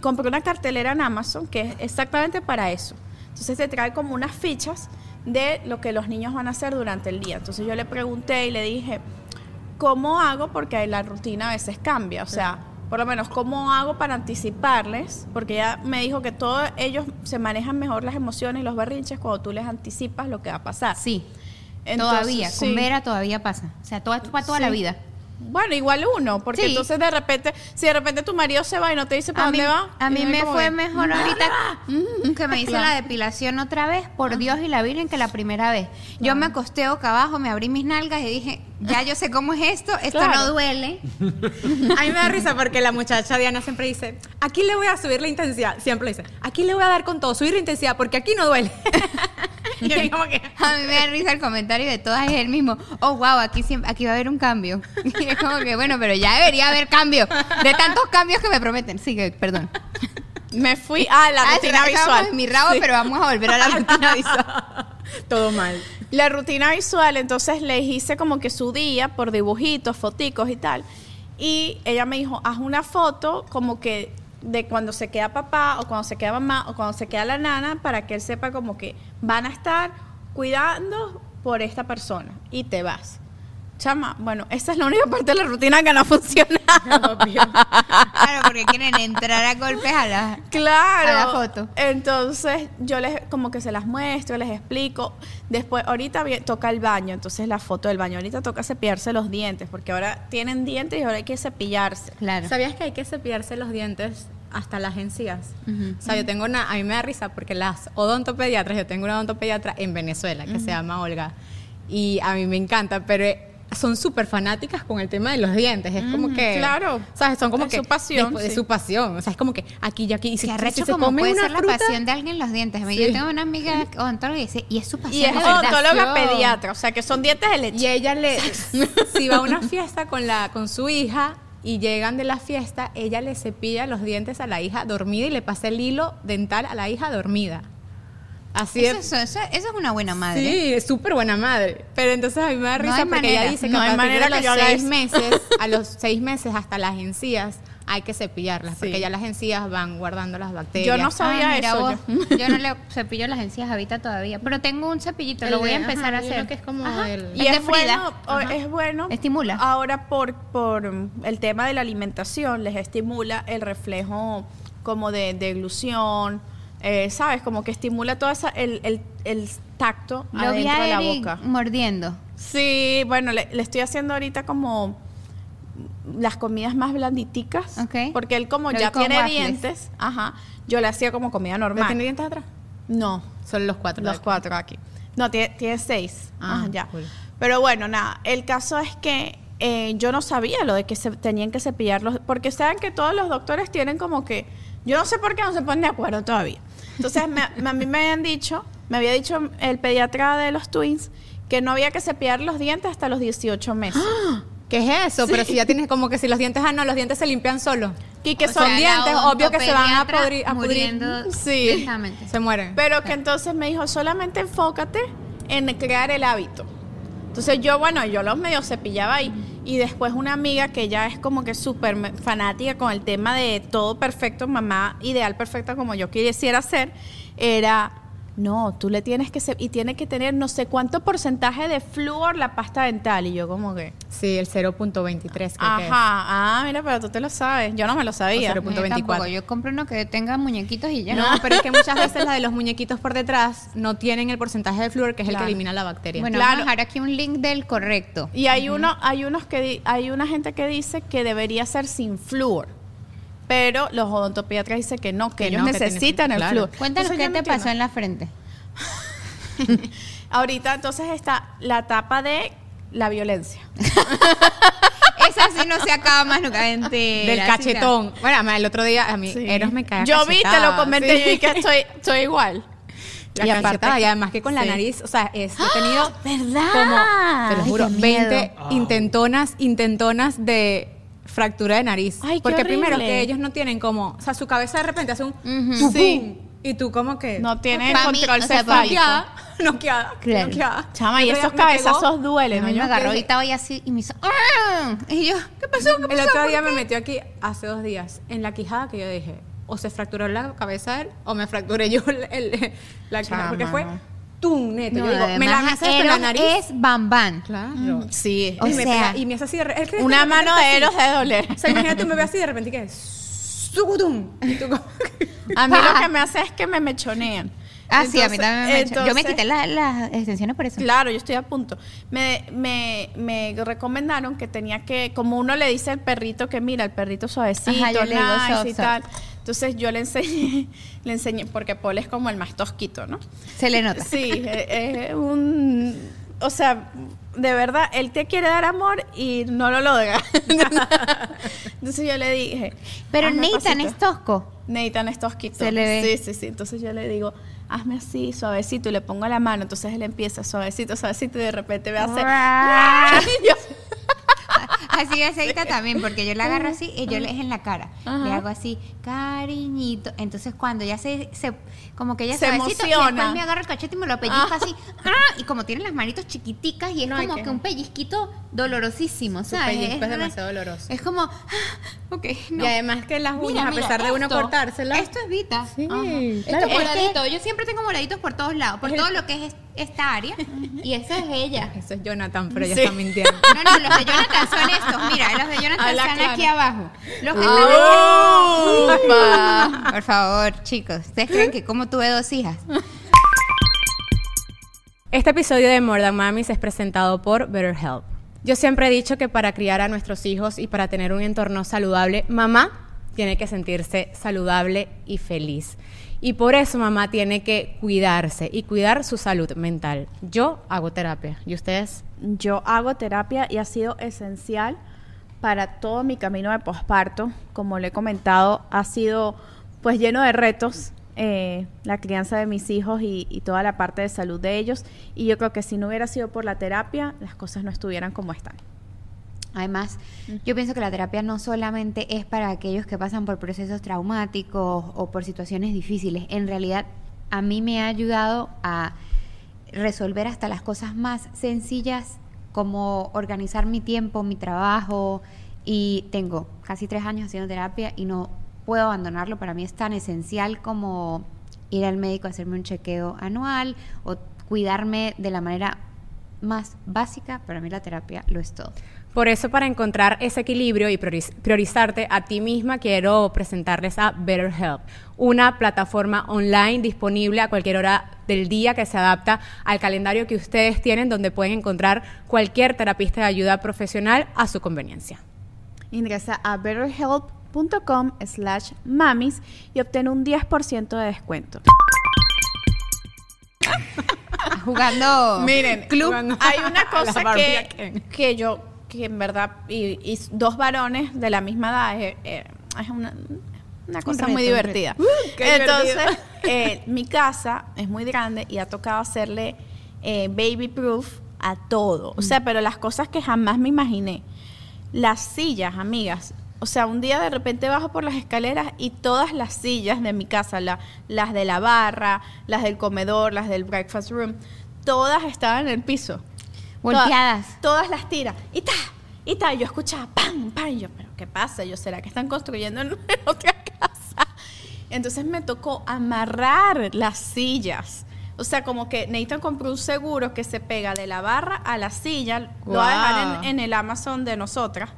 Speaker 4: compré una cartelera en Amazon que es exactamente para eso. Entonces te trae como unas fichas de lo que los niños van a hacer durante el día. Entonces yo le pregunté y le dije, ¿cómo hago? Porque la rutina a veces cambia. O sea, por lo menos, ¿cómo hago para anticiparles? Porque ella me dijo que todos ellos se manejan mejor las emociones y los berrinches cuando tú les anticipas lo que va a pasar.
Speaker 3: Sí,
Speaker 4: Entonces,
Speaker 3: todavía,
Speaker 4: sí.
Speaker 3: con Vera todavía pasa. O sea, toda, para toda
Speaker 4: Sí.
Speaker 3: la vida.
Speaker 4: Bueno, igual uno, porque
Speaker 3: Sí.
Speaker 4: entonces de repente, si de repente tu marido se va y no te dice para
Speaker 3: A mí,
Speaker 4: dónde va.
Speaker 3: a mí
Speaker 4: y no hay
Speaker 3: me
Speaker 4: como
Speaker 3: fue
Speaker 4: que- "Ah".
Speaker 3: mejor ahorita mm, que me hice la depilación otra vez, por
Speaker 4: Ah.
Speaker 3: Dios y la Virgen, que la primera vez. Yo me acosté boca abajo, me abrí mis nalgas y dije, ya yo sé cómo es esto, esto
Speaker 4: Claro.
Speaker 3: no duele.
Speaker 2: A mí me da risa porque la muchacha Diana siempre dice, aquí le voy a subir la intensidad. Siempre lo dice, aquí le voy a dar con todo, subir la intensidad porque aquí no duele. y es como que...
Speaker 3: A mí me da risa el comentario de todas, es el mismo. Oh, wow, aquí, siem- aquí va a haber un cambio. Y es como que, bueno, pero ya debería haber cambio. De tantos cambios que me prometen. Sí, que, perdón.
Speaker 4: Me fui a la
Speaker 3: Ah,
Speaker 4: rutina
Speaker 3: acabamos
Speaker 4: visual.
Speaker 3: de Mi rabo, pero vamos a volver a la rutina visual.
Speaker 2: Todo mal.
Speaker 4: La rutina visual, entonces le hice como que su día por dibujitos, foticos y tal. Y ella me dijo, haz una foto como que de cuando se queda papá o cuando se queda mamá o cuando se queda la nana para que él sepa como que van a estar cuidando por esta persona y te vas. Chama, bueno, esa es la única parte de la rutina que no funciona.
Speaker 3: Claro, porque quieren entrar a golpes a la...
Speaker 4: Claro.
Speaker 3: A la foto.
Speaker 4: Entonces yo les como que se las muestro, les explico. Después, ahorita vi- toca el baño, entonces la foto del baño. Ahorita toca cepillarse los dientes, porque ahora tienen dientes y ahora hay que cepillarse.
Speaker 3: Claro.
Speaker 2: ¿Sabías que hay que cepillarse los dientes hasta las encías? O sea, yo tengo una, a mí me da risa porque las odontopediatras, yo tengo una odontopediatra en Venezuela que se llama Olga y a mí me encanta, pero eh, son súper fanáticas con el tema de los dientes, es como que
Speaker 4: claro.
Speaker 2: ¿sabes? Son como
Speaker 4: Es
Speaker 2: que
Speaker 4: su pasión,
Speaker 2: después de
Speaker 4: sí.
Speaker 2: su pasión, o sea, es como que aquí y aquí y
Speaker 3: Que
Speaker 2: si-
Speaker 3: arrecho
Speaker 2: si se
Speaker 3: como
Speaker 2: comen
Speaker 3: puede
Speaker 2: una
Speaker 3: ser la
Speaker 2: fruta-
Speaker 3: pasión de alguien los dientes. A mí, Yo
Speaker 2: Sí.
Speaker 3: tengo una amiga odontóloga y dice, y es su pasión
Speaker 4: Y es
Speaker 3: de verdad.
Speaker 4: odontóloga
Speaker 3: Yo-
Speaker 4: pediatra, o sea que son dientes de leche.
Speaker 2: Y ella le si va a una fiesta con la con su hija y llegan de la fiesta, ella le cepilla los dientes a la hija dormida y le pasa el hilo dental a la hija dormida. Así
Speaker 3: Eso,
Speaker 2: es.
Speaker 3: es- eso- eso es una buena madre.
Speaker 2: Sí, es súper buena madre. Pero entonces a mí me da
Speaker 3: No
Speaker 2: risa
Speaker 3: hay
Speaker 2: porque
Speaker 3: manera,
Speaker 2: ella dice que
Speaker 4: no
Speaker 2: a
Speaker 4: hay
Speaker 2: partir
Speaker 4: manera
Speaker 2: de
Speaker 4: que
Speaker 2: los
Speaker 4: yo haga
Speaker 2: seis
Speaker 4: eso.
Speaker 2: meses, a los seis meses hasta las encías hay que cepillarlas porque ya las encías van guardando las bacterias.
Speaker 4: Yo no sé. sabía
Speaker 3: Ah, mira
Speaker 4: eso,
Speaker 3: vos. Yo. no le cepillo las encías ahorita todavía, pero tengo un cepillito,
Speaker 2: El
Speaker 3: lo voy a
Speaker 2: de-
Speaker 3: empezar
Speaker 2: ajá,
Speaker 3: a
Speaker 2: yo creo
Speaker 3: hacer.
Speaker 2: que es como el-
Speaker 4: Y
Speaker 3: de
Speaker 4: es
Speaker 3: Frida.
Speaker 4: bueno, o-
Speaker 3: Ajá.
Speaker 4: es bueno
Speaker 3: Estimula.
Speaker 4: ahora por, por el tema de la alimentación, les estimula el reflejo como de, de glución, eh, ¿sabes? Como que estimula todo esa, el, el, el tacto
Speaker 3: Lo vi
Speaker 4: adentro
Speaker 3: a
Speaker 4: de la
Speaker 3: Eric
Speaker 4: boca.
Speaker 3: mordiendo.
Speaker 4: Sí, bueno, le, le estoy haciendo ahorita como las comidas más blanditicas,
Speaker 3: Ok.
Speaker 4: porque él como
Speaker 3: Lo vi
Speaker 4: ya
Speaker 3: con
Speaker 4: tiene
Speaker 3: waffles.
Speaker 4: dientes, ajá, yo le hacía como comida normal.
Speaker 2: tiene dientes atrás?
Speaker 4: No,
Speaker 2: Son los cuatro.
Speaker 4: los
Speaker 2: de-
Speaker 4: cuatro aquí. No, tiene, tiene seis.
Speaker 2: Ah,
Speaker 4: Ajá, ya.
Speaker 2: cool.
Speaker 4: Pero bueno, nada, el caso es que eh, yo no sabía lo de que se tenían que cepillarlos, porque saben que todos los doctores tienen como que, yo no sé por qué no se ponen de acuerdo todavía. Entonces me- me- a mí me habían dicho, me había dicho el pediatra de los twins que no había que cepillar los dientes hasta los 18 meses.
Speaker 2: ¿Qué es eso? Pero si ya tienes como que si los dientes, ah, no, los dientes se limpian solos.
Speaker 4: Y que
Speaker 3: O
Speaker 4: son
Speaker 3: sea, la
Speaker 4: dientes, obvio que se van a
Speaker 3: odontopediatra
Speaker 4: podrir. A pudrir.
Speaker 3: muriendo
Speaker 4: Sí.
Speaker 3: lentamente.
Speaker 2: Se mueren.
Speaker 4: Pero que entonces me dijo, solamente enfócate en crear el hábito. Entonces yo, bueno, yo los medio cepillaba ahí. Y después una amiga que ya es como que súper me- fanática con el tema de todo perfecto, mamá ideal perfecta como yo quisiera ser, era, no, tú le tienes que ser, y tiene que tener no sé cuánto porcentaje de flúor la pasta dental. Y yo como que,
Speaker 2: Sí, el 0.23. creo que es.
Speaker 4: ajá, ah, mira, pero tú te lo sabes. Yo no me lo sabía.
Speaker 2: O
Speaker 3: Yo tampoco,
Speaker 2: 0.24.
Speaker 3: yo compro uno que tenga muñequitos y ya.
Speaker 2: No, pero es que muchas veces la de los muñequitos por detrás no tienen el porcentaje de flúor que es el
Speaker 4: Claro.
Speaker 2: que elimina la bacteria.
Speaker 3: Bueno,
Speaker 4: Claro.
Speaker 3: vamos a dejar aquí un link del correcto.
Speaker 4: Y hay uno, hay unos que di- hay una gente que dice que debería ser sin flúor. Pero los odontopediatras dicen que no, que,
Speaker 2: Que
Speaker 4: ellos
Speaker 2: no, que te
Speaker 4: necesitan
Speaker 2: necesitan,
Speaker 4: el
Speaker 2: claro.
Speaker 4: flúor.
Speaker 3: Cuéntanos
Speaker 4: Entonces,
Speaker 3: qué
Speaker 4: yo no
Speaker 3: te pasó
Speaker 4: entiendo.
Speaker 3: en la frente.
Speaker 4: Ahorita entonces está la etapa de la violencia.
Speaker 3: Esa sí no se acaba más nunca. mentira,
Speaker 2: Del
Speaker 3: sí,
Speaker 2: cachetón. Bueno, además, el otro día a mí
Speaker 4: Sí.
Speaker 2: Eros me cae a
Speaker 4: Yo vi, te lo
Speaker 2: cachetadas,
Speaker 4: comenté,
Speaker 2: sí.
Speaker 4: yo vi que estoy, estoy igual.
Speaker 2: La
Speaker 4: Y aparte-
Speaker 2: cachetada, y además que con la
Speaker 4: Sí. ¡Ah!
Speaker 2: nariz, o sea, es, yo he tenido
Speaker 3: ¿Verdad?
Speaker 2: como, te lo
Speaker 3: Ay,
Speaker 2: juro,
Speaker 3: qué miedo.
Speaker 2: 20 intentonas, intentonas de fractura de nariz.
Speaker 4: Ay, qué
Speaker 2: Porque primero
Speaker 4: horrible.
Speaker 2: que ellos no tienen como, o sea, su cabeza de repente hace un
Speaker 3: Ujú.
Speaker 2: tupum,
Speaker 4: Sí.
Speaker 2: y tú como que
Speaker 4: No tiene
Speaker 3: Pa' mí,
Speaker 4: control
Speaker 3: o sea,
Speaker 4: cefálico.
Speaker 2: noqueada, noqueada,
Speaker 3: Claro.
Speaker 2: noqueada.
Speaker 4: Chama, y
Speaker 2: El otro
Speaker 4: esos
Speaker 2: día me pegó-
Speaker 4: cabezazos
Speaker 3: A
Speaker 4: duelen.
Speaker 3: mí me
Speaker 4: ¿no? Yo-
Speaker 3: agarró y estaba ahí así y me hizo. "Ah". Y yo, ¿qué pasó? ¿Qué
Speaker 2: El
Speaker 3: pasó?
Speaker 2: otro día me metió aquí hace dos días en la quijada que yo dije, o se fracturó la cabeza de él o me fracturé yo el- el- la quijada, porque
Speaker 3: Chama.
Speaker 2: fue tum, neto.
Speaker 3: No,
Speaker 2: yo digo, me la
Speaker 3: además,
Speaker 2: haces en la
Speaker 3: Eros
Speaker 2: nariz.
Speaker 3: Es bambán.
Speaker 2: Claro.
Speaker 4: "Mm, Sí.
Speaker 3: O
Speaker 2: y, me
Speaker 3: sea,
Speaker 2: pega- y me hace así de re- él cree que
Speaker 4: Una
Speaker 2: de repente
Speaker 4: mano
Speaker 2: está
Speaker 4: de
Speaker 2: así.
Speaker 4: Eros de doler.
Speaker 2: O sea, imagínate, me ve así de repente que sucutum. Y tú como que-
Speaker 4: A mí lo que me hace es que me mechonean.
Speaker 3: Ah, sí, a mí
Speaker 4: Entonces-
Speaker 3: también me echó. Yo me
Speaker 4: entonces-
Speaker 3: quité la- las extensiones por eso.
Speaker 4: Claro, yo estoy a punto. Me, me, me recomendaron que tenía que, como uno le dice al perrito que mira, el perrito suavecito,
Speaker 3: Ajá, yo le digo
Speaker 4: nice
Speaker 3: soft,
Speaker 4: y
Speaker 3: soft.
Speaker 4: tal. Entonces yo le enseñé, le enseñé, porque Paul es como el más tosquito, ¿no?
Speaker 3: Se le nota.
Speaker 4: Sí, e, es un. O sea, de verdad, él te quiere dar amor y no lo logra. Entonces yo le dije.
Speaker 3: Pero
Speaker 4: hazme
Speaker 3: Nathan
Speaker 4: Ah, pasito.
Speaker 3: es tosco.
Speaker 4: Necesitan estos quitos.
Speaker 3: Se le ve.
Speaker 4: Sí, sí, sí. Entonces yo le digo, hazme así, suavecito, y le pongo la mano. Entonces él empieza suavecito, suavecito, y de repente me hace. Y yo,
Speaker 3: Ah. Así de cerca también, porque yo la agarro así y yo le es en la cara.
Speaker 4: Ajá.
Speaker 3: Le hago así, cariñito. Entonces cuando ya se, se como que ella
Speaker 4: Se
Speaker 3: suavecito, y
Speaker 4: emociona.
Speaker 3: después me agarra el cachete y me lo pellizca
Speaker 4: Ah.
Speaker 3: así. ¡ah! Y como tiene las manitos chiquiticas y es
Speaker 4: No, hay
Speaker 3: como
Speaker 4: que-
Speaker 3: que un pellizquito dolorosísimo,
Speaker 2: Su
Speaker 3: ¿sabes?
Speaker 2: pellizco es
Speaker 3: re-
Speaker 2: demasiado doloroso.
Speaker 3: Es como, ah, ok, no.
Speaker 2: Y además que las uñas,
Speaker 3: Mira,
Speaker 2: a
Speaker 3: mira,
Speaker 2: pesar de uno
Speaker 3: esto,
Speaker 2: cortárselas.
Speaker 3: Esto es Vita.
Speaker 2: Sí,
Speaker 3: Ajá.
Speaker 2: claro,
Speaker 3: esto es
Speaker 2: porque es que-
Speaker 3: moradito. Yo siempre tengo moraditos por todos lados, por todo lo que es esta área. y esa es ella.
Speaker 2: Eso es Jonathan, pero ella
Speaker 4: Sí.
Speaker 2: está mintiendo.
Speaker 3: No, no, los de Jonathan son estos. Mira, los de Jonathan
Speaker 4: Habla
Speaker 3: están
Speaker 4: claro.
Speaker 3: aquí abajo. Los que están
Speaker 2: ¡Oh!
Speaker 3: aquí
Speaker 4: ¡Upa!
Speaker 3: abajo. Por favor, chicos. ¿Ustedes creen que como tuve dos hijas?
Speaker 2: Este episodio de More Than Mamis es presentado por BetterHelp. Yo siempre he dicho que para criar a nuestros hijos y para tener un entorno saludable, mamá tiene que sentirse saludable y feliz. Y por eso mamá tiene que cuidarse y cuidar su salud mental. Yo hago terapia. ¿Y ustedes?
Speaker 4: Yo hago terapia y ha sido esencial para todo mi camino de posparto. Como le he comentado, ha sido pues lleno de retos eh, la crianza de mis hijos y, y toda la parte de salud de ellos. Y yo creo que si no hubiera sido por la terapia, las cosas no estuvieran como están.
Speaker 3: Además, yo pienso que la terapia no solamente es para aquellos que pasan por procesos traumáticos o por situaciones difíciles. En realidad, a mí me ha ayudado a resolver hasta las cosas más sencillas, como organizar mi tiempo, mi trabajo. Y tengo casi tres años haciendo terapia y no puedo abandonarlo. Para mí es tan esencial como ir al médico a hacerme un chequeo anual o cuidarme de la manera más básica. Para mí la terapia lo es todo.
Speaker 2: Por eso, para encontrar ese equilibrio y prioriz- priorizarte a ti misma, quiero presentarles a BetterHelp, una plataforma online disponible a cualquier hora del día que se adapta al calendario que ustedes tienen, donde pueden encontrar cualquier terapista de ayuda profesional a su conveniencia.
Speaker 4: Ingresa a betterhelp.com slash mamis y obtén un 10% de descuento.
Speaker 3: jugando.
Speaker 4: Miren, club,
Speaker 2: jugando
Speaker 4: hay
Speaker 2: a
Speaker 4: una
Speaker 2: la
Speaker 4: cosa
Speaker 2: Barbie
Speaker 4: que,
Speaker 2: Ken.
Speaker 4: que yo, que en verdad, y, y dos varones de la misma edad, eh, eh, es una, una cosa
Speaker 3: reto, Uh,
Speaker 4: muy
Speaker 3: un
Speaker 4: divertida.
Speaker 2: qué
Speaker 4: Entonces, eh, mi casa es muy grande y ha tocado hacerle eh, baby proof a todo. O
Speaker 3: Mm.
Speaker 4: sea, pero las cosas que jamás me imaginé. Las sillas, amigas. O sea, un día de repente bajo por las escaleras y todas las sillas de mi casa, la- las de la barra, las del comedor, las del breakfast room, todas estaban en el piso.
Speaker 3: Volteadas.
Speaker 4: Todas, todas las tiras. Y ta, y ta. Y Yo escuchaba pam, pam. Y yo, ¿pero qué pasa? Yo, ¿será que están construyendo en, en otra casa? Entonces me tocó amarrar las sillas O sea, como que Nathan compró un seguro que se pega de la barra a la silla, lo va a dejar en,
Speaker 2: Guau.
Speaker 4: en el Amazon de nosotras,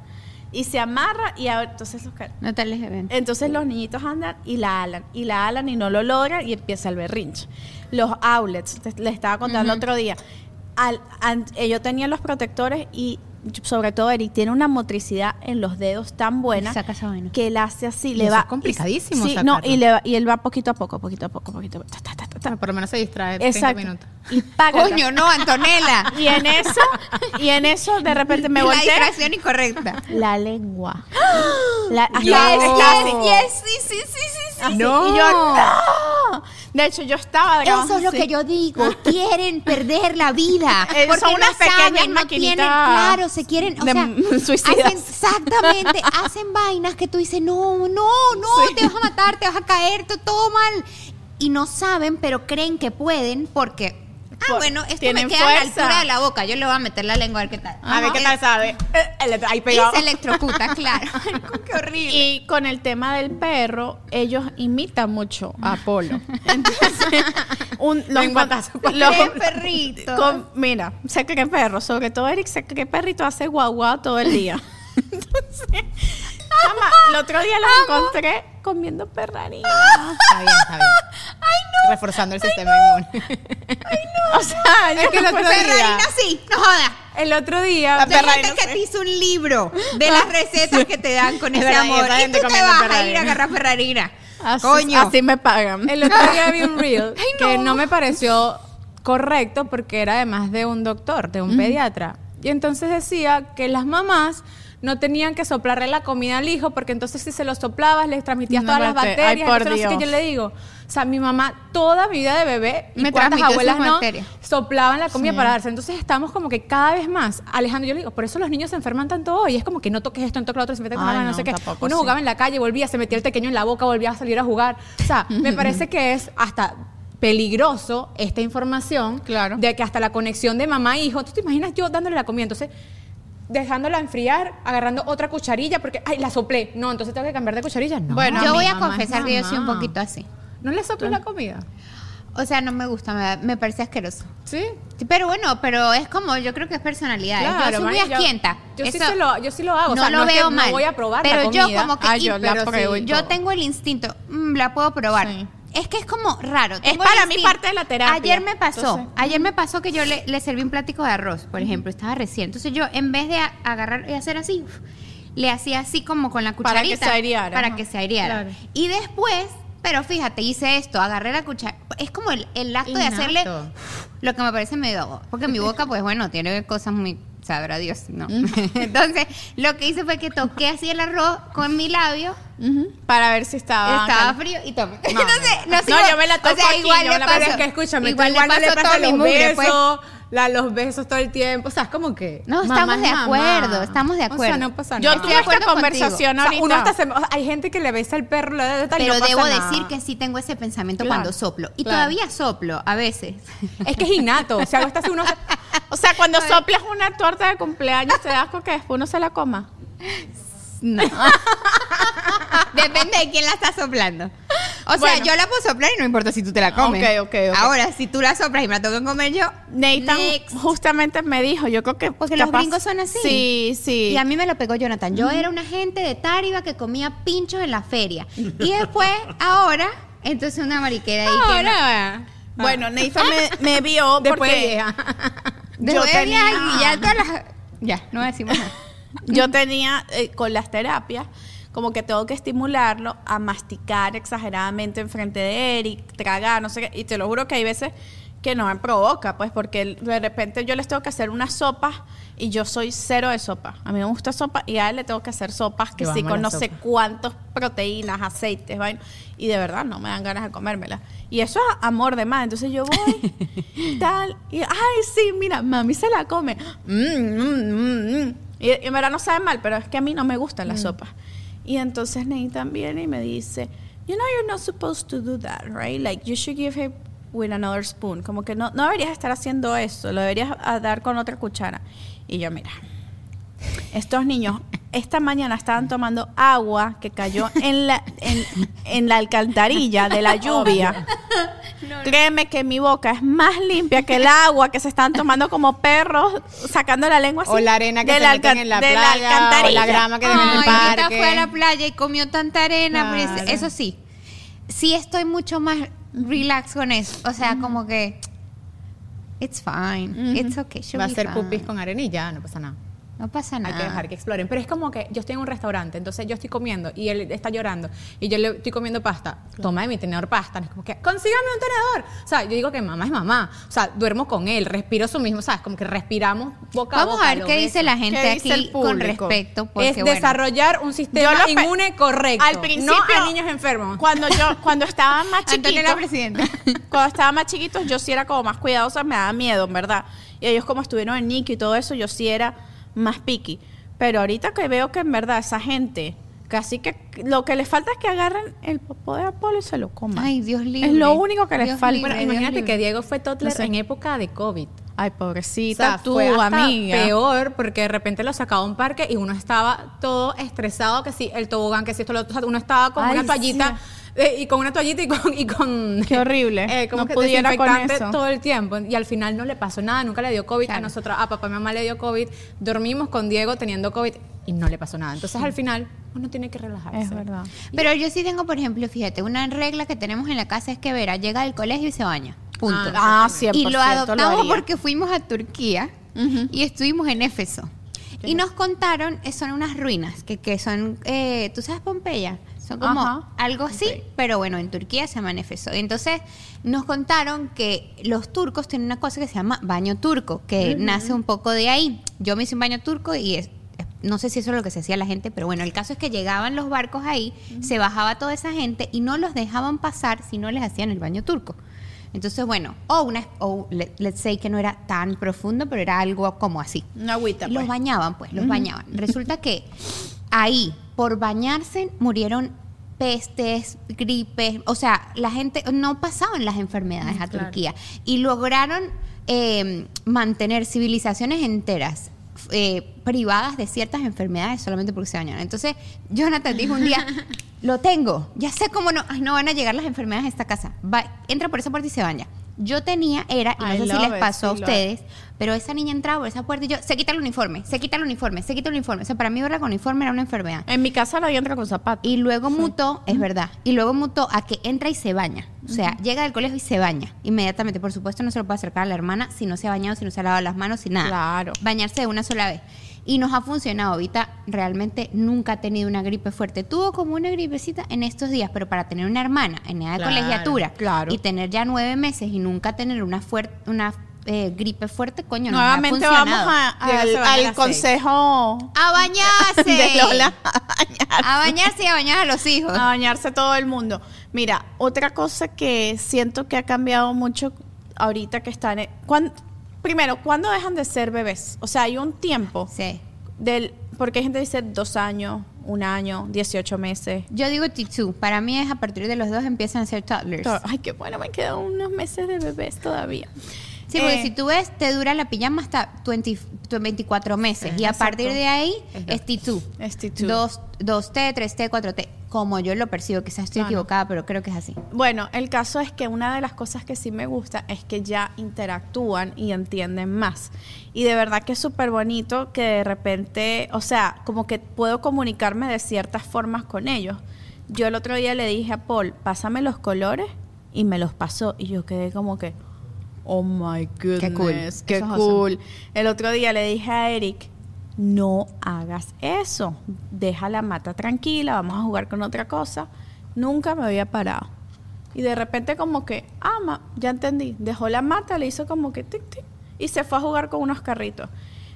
Speaker 4: y se amarra y a- entonces los ca-
Speaker 3: No te les ven.
Speaker 4: entonces los niñitos andan y la alan, y la alan y no lo logran y empieza el berrinche. Los outlets, te- les estaba contando otro día, al, an- ellos tenían los protectores y sobre todo Eric tiene una motricidad en los dedos tan buena
Speaker 3: Saca esa vaina.
Speaker 4: que él hace así,
Speaker 2: Y
Speaker 4: le
Speaker 2: eso
Speaker 4: va
Speaker 2: es complicadísimo
Speaker 4: Sí, no,
Speaker 2: sacarlo.
Speaker 4: y, le va- y él va poquito a poco, poquito a poco, poquito a poco. ta, ta, ta, ta, ta.
Speaker 2: Bueno, por lo menos se distrae cinco
Speaker 4: Exacto.
Speaker 2: minutos.
Speaker 4: Y págata.
Speaker 3: Coño, no, Antonella.
Speaker 4: Y en eso, y en eso de repente me
Speaker 3: la
Speaker 4: volteé.
Speaker 3: distracción incorrecta.
Speaker 4: La lengua. La, hasta
Speaker 2: Yes,
Speaker 4: está así,
Speaker 3: yes, sí, sí, sí, sí, sí.
Speaker 4: así.
Speaker 2: No.
Speaker 4: Y yo, "No". De hecho, yo estaba
Speaker 3: Eso es lo
Speaker 4: así.
Speaker 3: que yo digo. Quieren perder la vida.
Speaker 4: Ah. Eh,
Speaker 3: Porque
Speaker 4: son
Speaker 3: no
Speaker 4: unas pequeñas
Speaker 3: saben, no
Speaker 4: maquinitas
Speaker 3: tienen, claro, se quieren, o
Speaker 4: de
Speaker 3: sea,
Speaker 4: m- suicidas.
Speaker 3: hacen- exactamente, hacen vainas que tú dices, no, no, no, te vas a matar, te vas a caer, to- todo mal. Y no saben, pero creen que pueden porque, ah,
Speaker 4: Por-
Speaker 3: bueno, esto me
Speaker 4: tienen
Speaker 3: queda a la
Speaker 4: fuerza.
Speaker 3: altura de la boca, yo le voy a meter la lengua a ver qué tal. Ah,
Speaker 2: A ver qué tal sabe. Eh, el- Ahí
Speaker 3: Y
Speaker 2: pegado.
Speaker 3: se electrocuta, claro. qué horrible.
Speaker 4: Y con el tema del perro, ellos imitan mucho a Polo. Entonces, un,
Speaker 2: Lenguatazo.
Speaker 3: Creen perritos.
Speaker 4: con- mira, se creen perros. Sobre todo Eric se cree perrito, hace guau guau todo el día. Entonces, chama, el otro día los encontré comiendo perrarina.
Speaker 2: Está bien, está bien. Reforzando el sistema inmune.
Speaker 4: O sea, yo
Speaker 2: que el
Speaker 4: no
Speaker 2: otro
Speaker 4: puedo-
Speaker 2: día-
Speaker 3: Perrarina sí, no jodas.
Speaker 2: El otro día.
Speaker 3: De gente que te hizo un libro de las recetas que te dan con
Speaker 2: Es
Speaker 3: ese
Speaker 2: verdad, esa
Speaker 3: amor. Y tú
Speaker 2: gente
Speaker 3: te
Speaker 2: comiendo
Speaker 3: vas a ir
Speaker 2: Ferrarina.
Speaker 3: a agarrar Ferrarina.
Speaker 4: Así,
Speaker 3: Coño.
Speaker 4: así me pagan.
Speaker 2: El otro día vi un reel
Speaker 3: Ay,
Speaker 2: que
Speaker 3: no.
Speaker 2: no me pareció correcto porque era además de un doctor, de un pediatra. Y entonces decía que las mamás no tenían que soplarle la comida al hijo porque entonces si se lo soplabas les transmitías
Speaker 4: No,
Speaker 2: todas las
Speaker 4: espérate.
Speaker 2: bacterias.
Speaker 4: Ay, por
Speaker 2: entonces, no sé qué
Speaker 4: Dios.
Speaker 2: yo le digo, o sea, mi mamá toda mi vida de bebé y
Speaker 3: Me
Speaker 2: cuántas
Speaker 3: transmitió
Speaker 2: abuelas
Speaker 3: esas
Speaker 2: no
Speaker 3: bacterias.
Speaker 2: soplaban la comida para darse. Entonces estamos como que cada vez más, Alejandro, yo le digo, por eso los niños se enferman tanto hoy. Es como que no toques esto, no toques lo otro, se mete con la
Speaker 4: Ay,
Speaker 2: mano, no
Speaker 4: no,
Speaker 2: sé qué.
Speaker 4: tampoco,
Speaker 2: Uno
Speaker 4: sí.
Speaker 2: jugaba en la calle, volvía, se metía el pequeño en la boca, volvía a salir a jugar. O sea, me parece que es hasta peligroso esta información
Speaker 4: Claro.
Speaker 2: de que hasta la conexión de mamá e hijo, tú te imaginas yo dándole la comida, entonces dejándola enfriar, agarrando otra cucharilla porque ay, la soplé. No, entonces tengo que cambiar de cucharilla. No.
Speaker 3: Bueno, yo voy a
Speaker 2: mamá es
Speaker 3: confesar que yo soy un
Speaker 2: mamá.
Speaker 3: poquito así.
Speaker 2: ¿No le soplas la comida?
Speaker 3: O sea, no me gusta, me, me parece asqueroso.
Speaker 2: Sí.
Speaker 3: Sí, Pero bueno, pero es como, yo creo que es personalidad. ¿eh? yo soy muy
Speaker 2: marica, yo-
Speaker 3: asquienta.
Speaker 2: Yo, sí
Speaker 3: Eso-
Speaker 2: se lo, yo sí lo hago.
Speaker 3: no
Speaker 2: o sea,
Speaker 3: lo
Speaker 2: no es que
Speaker 3: veo mal.
Speaker 2: No voy a probar
Speaker 3: pero
Speaker 2: la comida.
Speaker 3: yo como que
Speaker 4: Ah,
Speaker 3: "Y,
Speaker 4: yo la
Speaker 3: pero
Speaker 4: pruebo
Speaker 3: sí,
Speaker 4: y
Speaker 3: yo
Speaker 4: todo".
Speaker 3: tengo el instinto, mm, la puedo probar.
Speaker 4: Sí.
Speaker 3: Es que es como raro. tengo
Speaker 4: para
Speaker 3: el
Speaker 4: mí
Speaker 3: instinto.
Speaker 4: parte de la terapia.
Speaker 3: Ayer me pasó,
Speaker 4: Entonces-
Speaker 3: ayer me pasó que yo le, le serví un plático de arroz, por ejemplo, estaba recién. Entonces yo en vez de a- agarrar y hacer así, uf, le hacía así como con la
Speaker 4: Para que
Speaker 3: cucharita.
Speaker 4: se aireara,
Speaker 3: Para
Speaker 4: ajá.
Speaker 3: que se aireara.
Speaker 2: Claro.
Speaker 3: Y después, pero fíjate, hice esto, agarré la cuchara. Es como el, el acto de hacerle
Speaker 2: Innato.
Speaker 3: lo que me parece medio. Porque mi boca, pues bueno, tiene cosas muy. Sabrá Dios, no. Entonces, lo que hice fue que toqué así el arroz con mi labio,
Speaker 4: Ujú, Para ver si estaba.
Speaker 3: estaba frío y tomé. Entonces, no,
Speaker 2: Ah, No,
Speaker 3: sigo-
Speaker 2: yo me la toco aquí,
Speaker 3: igual
Speaker 2: yo
Speaker 3: le
Speaker 2: la
Speaker 3: paso-
Speaker 2: verdad es que escúchame, tú
Speaker 3: igual,
Speaker 2: igual, no
Speaker 3: le
Speaker 2: le
Speaker 3: pasó toda
Speaker 2: pasas
Speaker 3: mi
Speaker 2: los
Speaker 3: mugre, pues.
Speaker 2: besos, la- los besos todo el tiempo, o sea, es como que
Speaker 3: No,
Speaker 2: mamá
Speaker 3: estamos
Speaker 2: es
Speaker 3: de
Speaker 2: mamá.
Speaker 3: acuerdo, estamos de
Speaker 2: O sea,
Speaker 3: acuerdo.
Speaker 2: no pasa
Speaker 4: Yo
Speaker 2: nada.
Speaker 3: Estoy
Speaker 4: tuve
Speaker 3: de
Speaker 4: esta
Speaker 3: acuerdo contigo.
Speaker 4: conversación
Speaker 2: O sea, uno
Speaker 4: ahorita.
Speaker 2: hasta se- o sea, hay gente que le besa el perro, la de tal, y
Speaker 3: Pero
Speaker 2: no pasa
Speaker 3: debo
Speaker 2: nada.
Speaker 3: decir que sí tengo ese pensamiento
Speaker 2: Claro,
Speaker 3: cuando soplo. Y
Speaker 2: claro.
Speaker 3: todavía soplo, a veces.
Speaker 2: es que es innato, o sea, uno está así, uno
Speaker 4: O sea, cuando soplas una torta de cumpleaños, ¿te das con que después uno se la coma?
Speaker 3: No. Depende de quién la está soplando. O sea,
Speaker 4: Bueno.
Speaker 3: yo la puedo soplar y no importa si tú te la comes.
Speaker 4: Ok, ok, ok.
Speaker 3: Ahora, si tú la soplas y me la tengo que comer yo,
Speaker 4: Nathan
Speaker 3: next.
Speaker 4: justamente me dijo, yo creo que...
Speaker 3: Porque los gringos son así.
Speaker 4: Sí, sí.
Speaker 3: Y a mí me lo pegó Jonathan. Yo era una gente de Táriba que comía pinchos en la feria. Y después, ahora, entonces una mariquera ahí que no-
Speaker 2: ahora.
Speaker 4: Bueno, Nathan me, me vio
Speaker 2: Después de
Speaker 4: porque
Speaker 2: vieja.
Speaker 4: yo
Speaker 3: Después de
Speaker 4: tenía-
Speaker 3: viaje y ya todas las- Ya, no decimos nada.
Speaker 4: yo tenía eh, con las terapias como que tengo que estimularlo a masticar exageradamente enfrente de Eric, tragar, no sé qué. Y te lo juro que hay veces que no me provoca, pues porque él- de repente yo les tengo que hacer unas sopas y yo soy cero de sopa. A mí me gusta sopa y a él le tengo que hacer sopas que
Speaker 2: Yo
Speaker 4: sí
Speaker 2: amo
Speaker 4: con
Speaker 2: la
Speaker 4: no sé
Speaker 2: sopa.
Speaker 4: cuántas proteínas, aceites, vaina. Y de verdad no me dan ganas de comérmela. Y eso es amor de más. Entonces yo voy, tal, y ay, sí, mira, mami se la come. Mm, mm, mm, mm. Y, y en verdad no sabe mal, pero es que a mí no me gustan las sopas. Y entonces Nathan viene y me dice, you know you're not supposed to do that, right? Like you should give him with another spoon. Como que no, no deberías estar haciendo eso, lo deberías a- dar con otra cuchara. Y yo, mira, estos niños esta mañana estaban tomando agua que cayó en la, en, en la alcantarilla de la lluvia. Créeme que mi boca es más limpia que el agua que se están tomando como perros, sacando la lengua así.
Speaker 6: O la arena que
Speaker 4: de
Speaker 6: se
Speaker 4: la
Speaker 6: meten
Speaker 4: alca-
Speaker 6: en la
Speaker 4: de
Speaker 6: playa, o
Speaker 4: alcantarilla.
Speaker 6: la grama que tienen en el
Speaker 3: Ay, ahorita
Speaker 6: parque.
Speaker 3: fue a la playa y comió tanta arena. pero es-
Speaker 6: Claro.
Speaker 3: eso sí, sí estoy mucho más relax con eso. O sea, como que. It's fine. It's okay. she'll
Speaker 2: Va a
Speaker 3: be
Speaker 2: ser
Speaker 3: fine.
Speaker 2: pupis con arenilla, no pasa nada.
Speaker 3: No pasa
Speaker 2: Hay
Speaker 3: nada.
Speaker 2: que dejar que exploren. Pero es como que yo estoy en un restaurante, entonces yo estoy comiendo y él está llorando y yo le estoy comiendo pasta. Toma de mi tenedor pasta. Es como que, consígame un tenedor. O sea, yo digo que mamá es mamá. O sea, duermo con él, respiro su mismo, ¿sabes? Como que respiramos boca a boca.
Speaker 3: Vamos a ver
Speaker 2: lo
Speaker 3: qué
Speaker 2: beso.
Speaker 3: dice la gente
Speaker 4: ¿Qué dice
Speaker 3: aquí
Speaker 4: el
Speaker 3: con
Speaker 4: público?
Speaker 3: respecto. Porque,
Speaker 2: Es
Speaker 3: bueno,
Speaker 2: desarrollar un sistema
Speaker 4: lo pe-
Speaker 2: inmune correcto.
Speaker 4: Al principio,
Speaker 2: No a niños enfermos.
Speaker 4: Cuando yo, cuando estaba más
Speaker 3: Antonio
Speaker 4: chiquito,
Speaker 3: la presidenta.
Speaker 4: cuando estaba más chiquitos, yo sí era como más cuidadosa, me daba miedo, en verdad. Y ellos como estuvieron en Nick y todo eso, yo sí era más piqui. Pero ahorita que veo que en verdad esa gente, casi que lo que les falta es que agarren el popó de Apolo y se lo coman.
Speaker 3: Ay, Dios libre.
Speaker 4: Es lo único que les
Speaker 3: Dios
Speaker 4: falta.
Speaker 3: libre,
Speaker 2: Bueno,
Speaker 3: Dios
Speaker 2: imagínate
Speaker 3: libre.
Speaker 2: que Diego fue toddler
Speaker 4: No sé.
Speaker 2: en época de COVID.
Speaker 4: Ay,
Speaker 2: O sea,
Speaker 4: pobrecita, tu
Speaker 2: fue hasta
Speaker 4: amiga.
Speaker 2: peor porque de repente lo sacaba a un parque y uno estaba todo estresado, que sí, el tobogán, que sí, esto, lo otro. O sea, uno estaba con
Speaker 4: Ay,
Speaker 2: una toallita eh, y con una toallita y con... Y con
Speaker 4: Qué horrible.
Speaker 2: eh, como
Speaker 4: No
Speaker 2: que
Speaker 4: pudiera con
Speaker 2: desinfectante
Speaker 4: eso.
Speaker 2: todo el tiempo. Y al final no le pasó nada, nunca le dio COVID. A
Speaker 3: Claro.
Speaker 2: nosotros, a papá y mamá le dio COVID. Dormimos con Diego teniendo COVID y no le pasó nada. Entonces al final uno tiene que relajarse.
Speaker 4: Es verdad.
Speaker 3: Pero yo sí tengo, por ejemplo, fíjate, una regla que tenemos en la casa es que Vera llega del colegio y se baña. Punto.
Speaker 4: Ah, 100%
Speaker 3: y lo adoptamos
Speaker 4: haría.
Speaker 3: porque fuimos a Turquía y estuvimos en Éfeso. Y nos contaron, eh, son unas ruinas, que, que son, eh, ¿tú sabes Pompeya? Son como
Speaker 4: Ajá.
Speaker 3: algo así, pero bueno, en Turquía se llama Éfeso. Entonces nos contaron que los turcos tienen una cosa que se llama baño turco, que nace un poco de ahí. Yo me hice un baño turco y es... es- No sé si eso es lo que se hacía la gente, pero bueno, el caso es que llegaban los barcos ahí, se bajaba toda esa gente y no los dejaban pasar si no les hacían el baño turco. Entonces, bueno, o una, o le- let's say que no era tan profundo, pero era algo como así.
Speaker 4: Una agüita,
Speaker 3: Los
Speaker 4: pues.
Speaker 3: bañaban, pues, los bañaban. Resulta que ahí, por bañarse, murieron pestes, gripes, o sea, la gente, no pasaban las enfermedades
Speaker 4: Mm,
Speaker 3: a Turquía y lograron eh, mantener civilizaciones enteras. f- eh, privadas de ciertas enfermedades solamente porque se bañaron. Entonces, Jonathan dijo un día, lo tengo, ya sé cómo no, ay, no van a llegar las enfermedades a esta casa. Va- entra por esa puerta y se baña. Yo tenía, era, y no
Speaker 4: I
Speaker 3: sé si
Speaker 4: love
Speaker 3: les
Speaker 4: it,
Speaker 3: pasó a
Speaker 4: sí, lo-
Speaker 3: ustedes, ustedes, pero esa niña entraba por esa puerta y yo, se quita el uniforme, se quita el uniforme, se quita el uniforme. O sea, para mí verla con uniforme era una enfermedad.
Speaker 4: En mi casa la entra con zapatos.
Speaker 3: Y luego mutó, es verdad, y luego mutó a que entra y se baña. O sea, llega del colegio y se baña inmediatamente. Por supuesto, no se lo puede acercar a la hermana si no se ha bañado, si no se ha lavado las manos, si nada.
Speaker 4: Claro.
Speaker 3: Bañarse de una sola vez. Y nos ha funcionado. Ahorita realmente nunca ha tenido una gripe fuerte. Tuvo como una gripecita en estos días, pero para tener una hermana en edad de
Speaker 2: Claro,
Speaker 3: colegiatura
Speaker 4: claro.
Speaker 3: y tener ya nueve meses y nunca tener una fuerte, una eh, gripe fuerte, coño, nos ha
Speaker 4: Nuevamente vamos
Speaker 3: funcionado.
Speaker 4: a-
Speaker 2: Llega, se
Speaker 4: al,
Speaker 2: baña a
Speaker 4: al
Speaker 2: las
Speaker 4: consejo
Speaker 3: a bañarse.
Speaker 4: de Lola. Ah.
Speaker 3: A bañarse y a bañar a los hijos.
Speaker 4: A bañarse todo el mundo. Mira, otra cosa que siento que ha cambiado mucho ahorita que están... en- ¿cuán- primero, ¿cuándo dejan de ser bebés? O sea, hay un tiempo
Speaker 3: Sí.
Speaker 4: del... Porque hay gente que dice dos años, un año, 18 meses.
Speaker 3: Yo digo T2. Para mí es a partir de los dos empiezan a ser toddlers.
Speaker 4: To- Ay, qué bueno, me quedan unos meses de bebés todavía.
Speaker 3: Sí, porque
Speaker 4: Eh,
Speaker 3: si tú ves, te dura la pijama hasta 20 tu- 24 meses. y a
Speaker 4: exacto.
Speaker 3: partir de ahí es T2.
Speaker 4: Es T2.
Speaker 3: 2T, 3T, 4T. Como yo lo percibo, quizás estoy
Speaker 4: Claro.
Speaker 3: equivocada, pero creo que es así.
Speaker 4: Bueno, el caso es que una de las cosas que sí me gusta es que ya interactúan y entienden más. Y de verdad que es súper bonito que de repente, o sea, como que puedo comunicarme de ciertas formas con ellos. Yo el otro día le dije a Paul, pásame los colores y me los pasó. Y yo quedé como que, oh my goodness, qué
Speaker 3: cool.
Speaker 4: cool.
Speaker 3: Eso es awesome.
Speaker 4: El otro día le dije a Eric, no hagas eso, deja la mata tranquila, vamos a jugar con otra cosa. Nunca me había parado. Y de repente como que, ah, ma, ya entendí, dejó la mata, le hizo como que tic, tic, y se fue a jugar con unos carritos.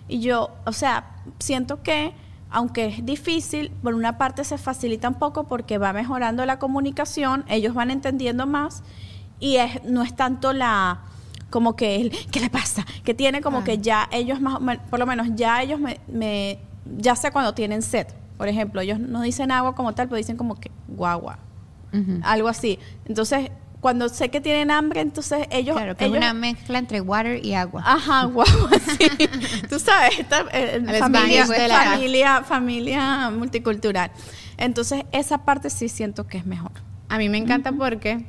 Speaker 4: Y yo, o sea, siento que, aunque es difícil, por una parte se facilita un poco porque va mejorando la comunicación, ellos van entendiendo más, y es, no es tanto la como que el, ¿qué le pasa? Que tiene como que ya ellos más o men- por lo menos ya ellos me, me- ya sé cuando tienen sed. Por ejemplo, ellos no dicen agua como tal, pero dicen como que guagua.
Speaker 3: Mm.
Speaker 4: Algo así. Entonces, cuando sé que tienen hambre, entonces ellos
Speaker 3: claro, que
Speaker 4: ellos Ah.
Speaker 3: es una mezcla entre water y agua.
Speaker 4: Ajá, guagua, sí. Tú sabes, esta eh,
Speaker 3: Los
Speaker 4: familia,
Speaker 3: baños de la-
Speaker 4: familia, familia multicultural. Entonces, esa parte sí siento que es mejor.
Speaker 2: A mí me encanta porque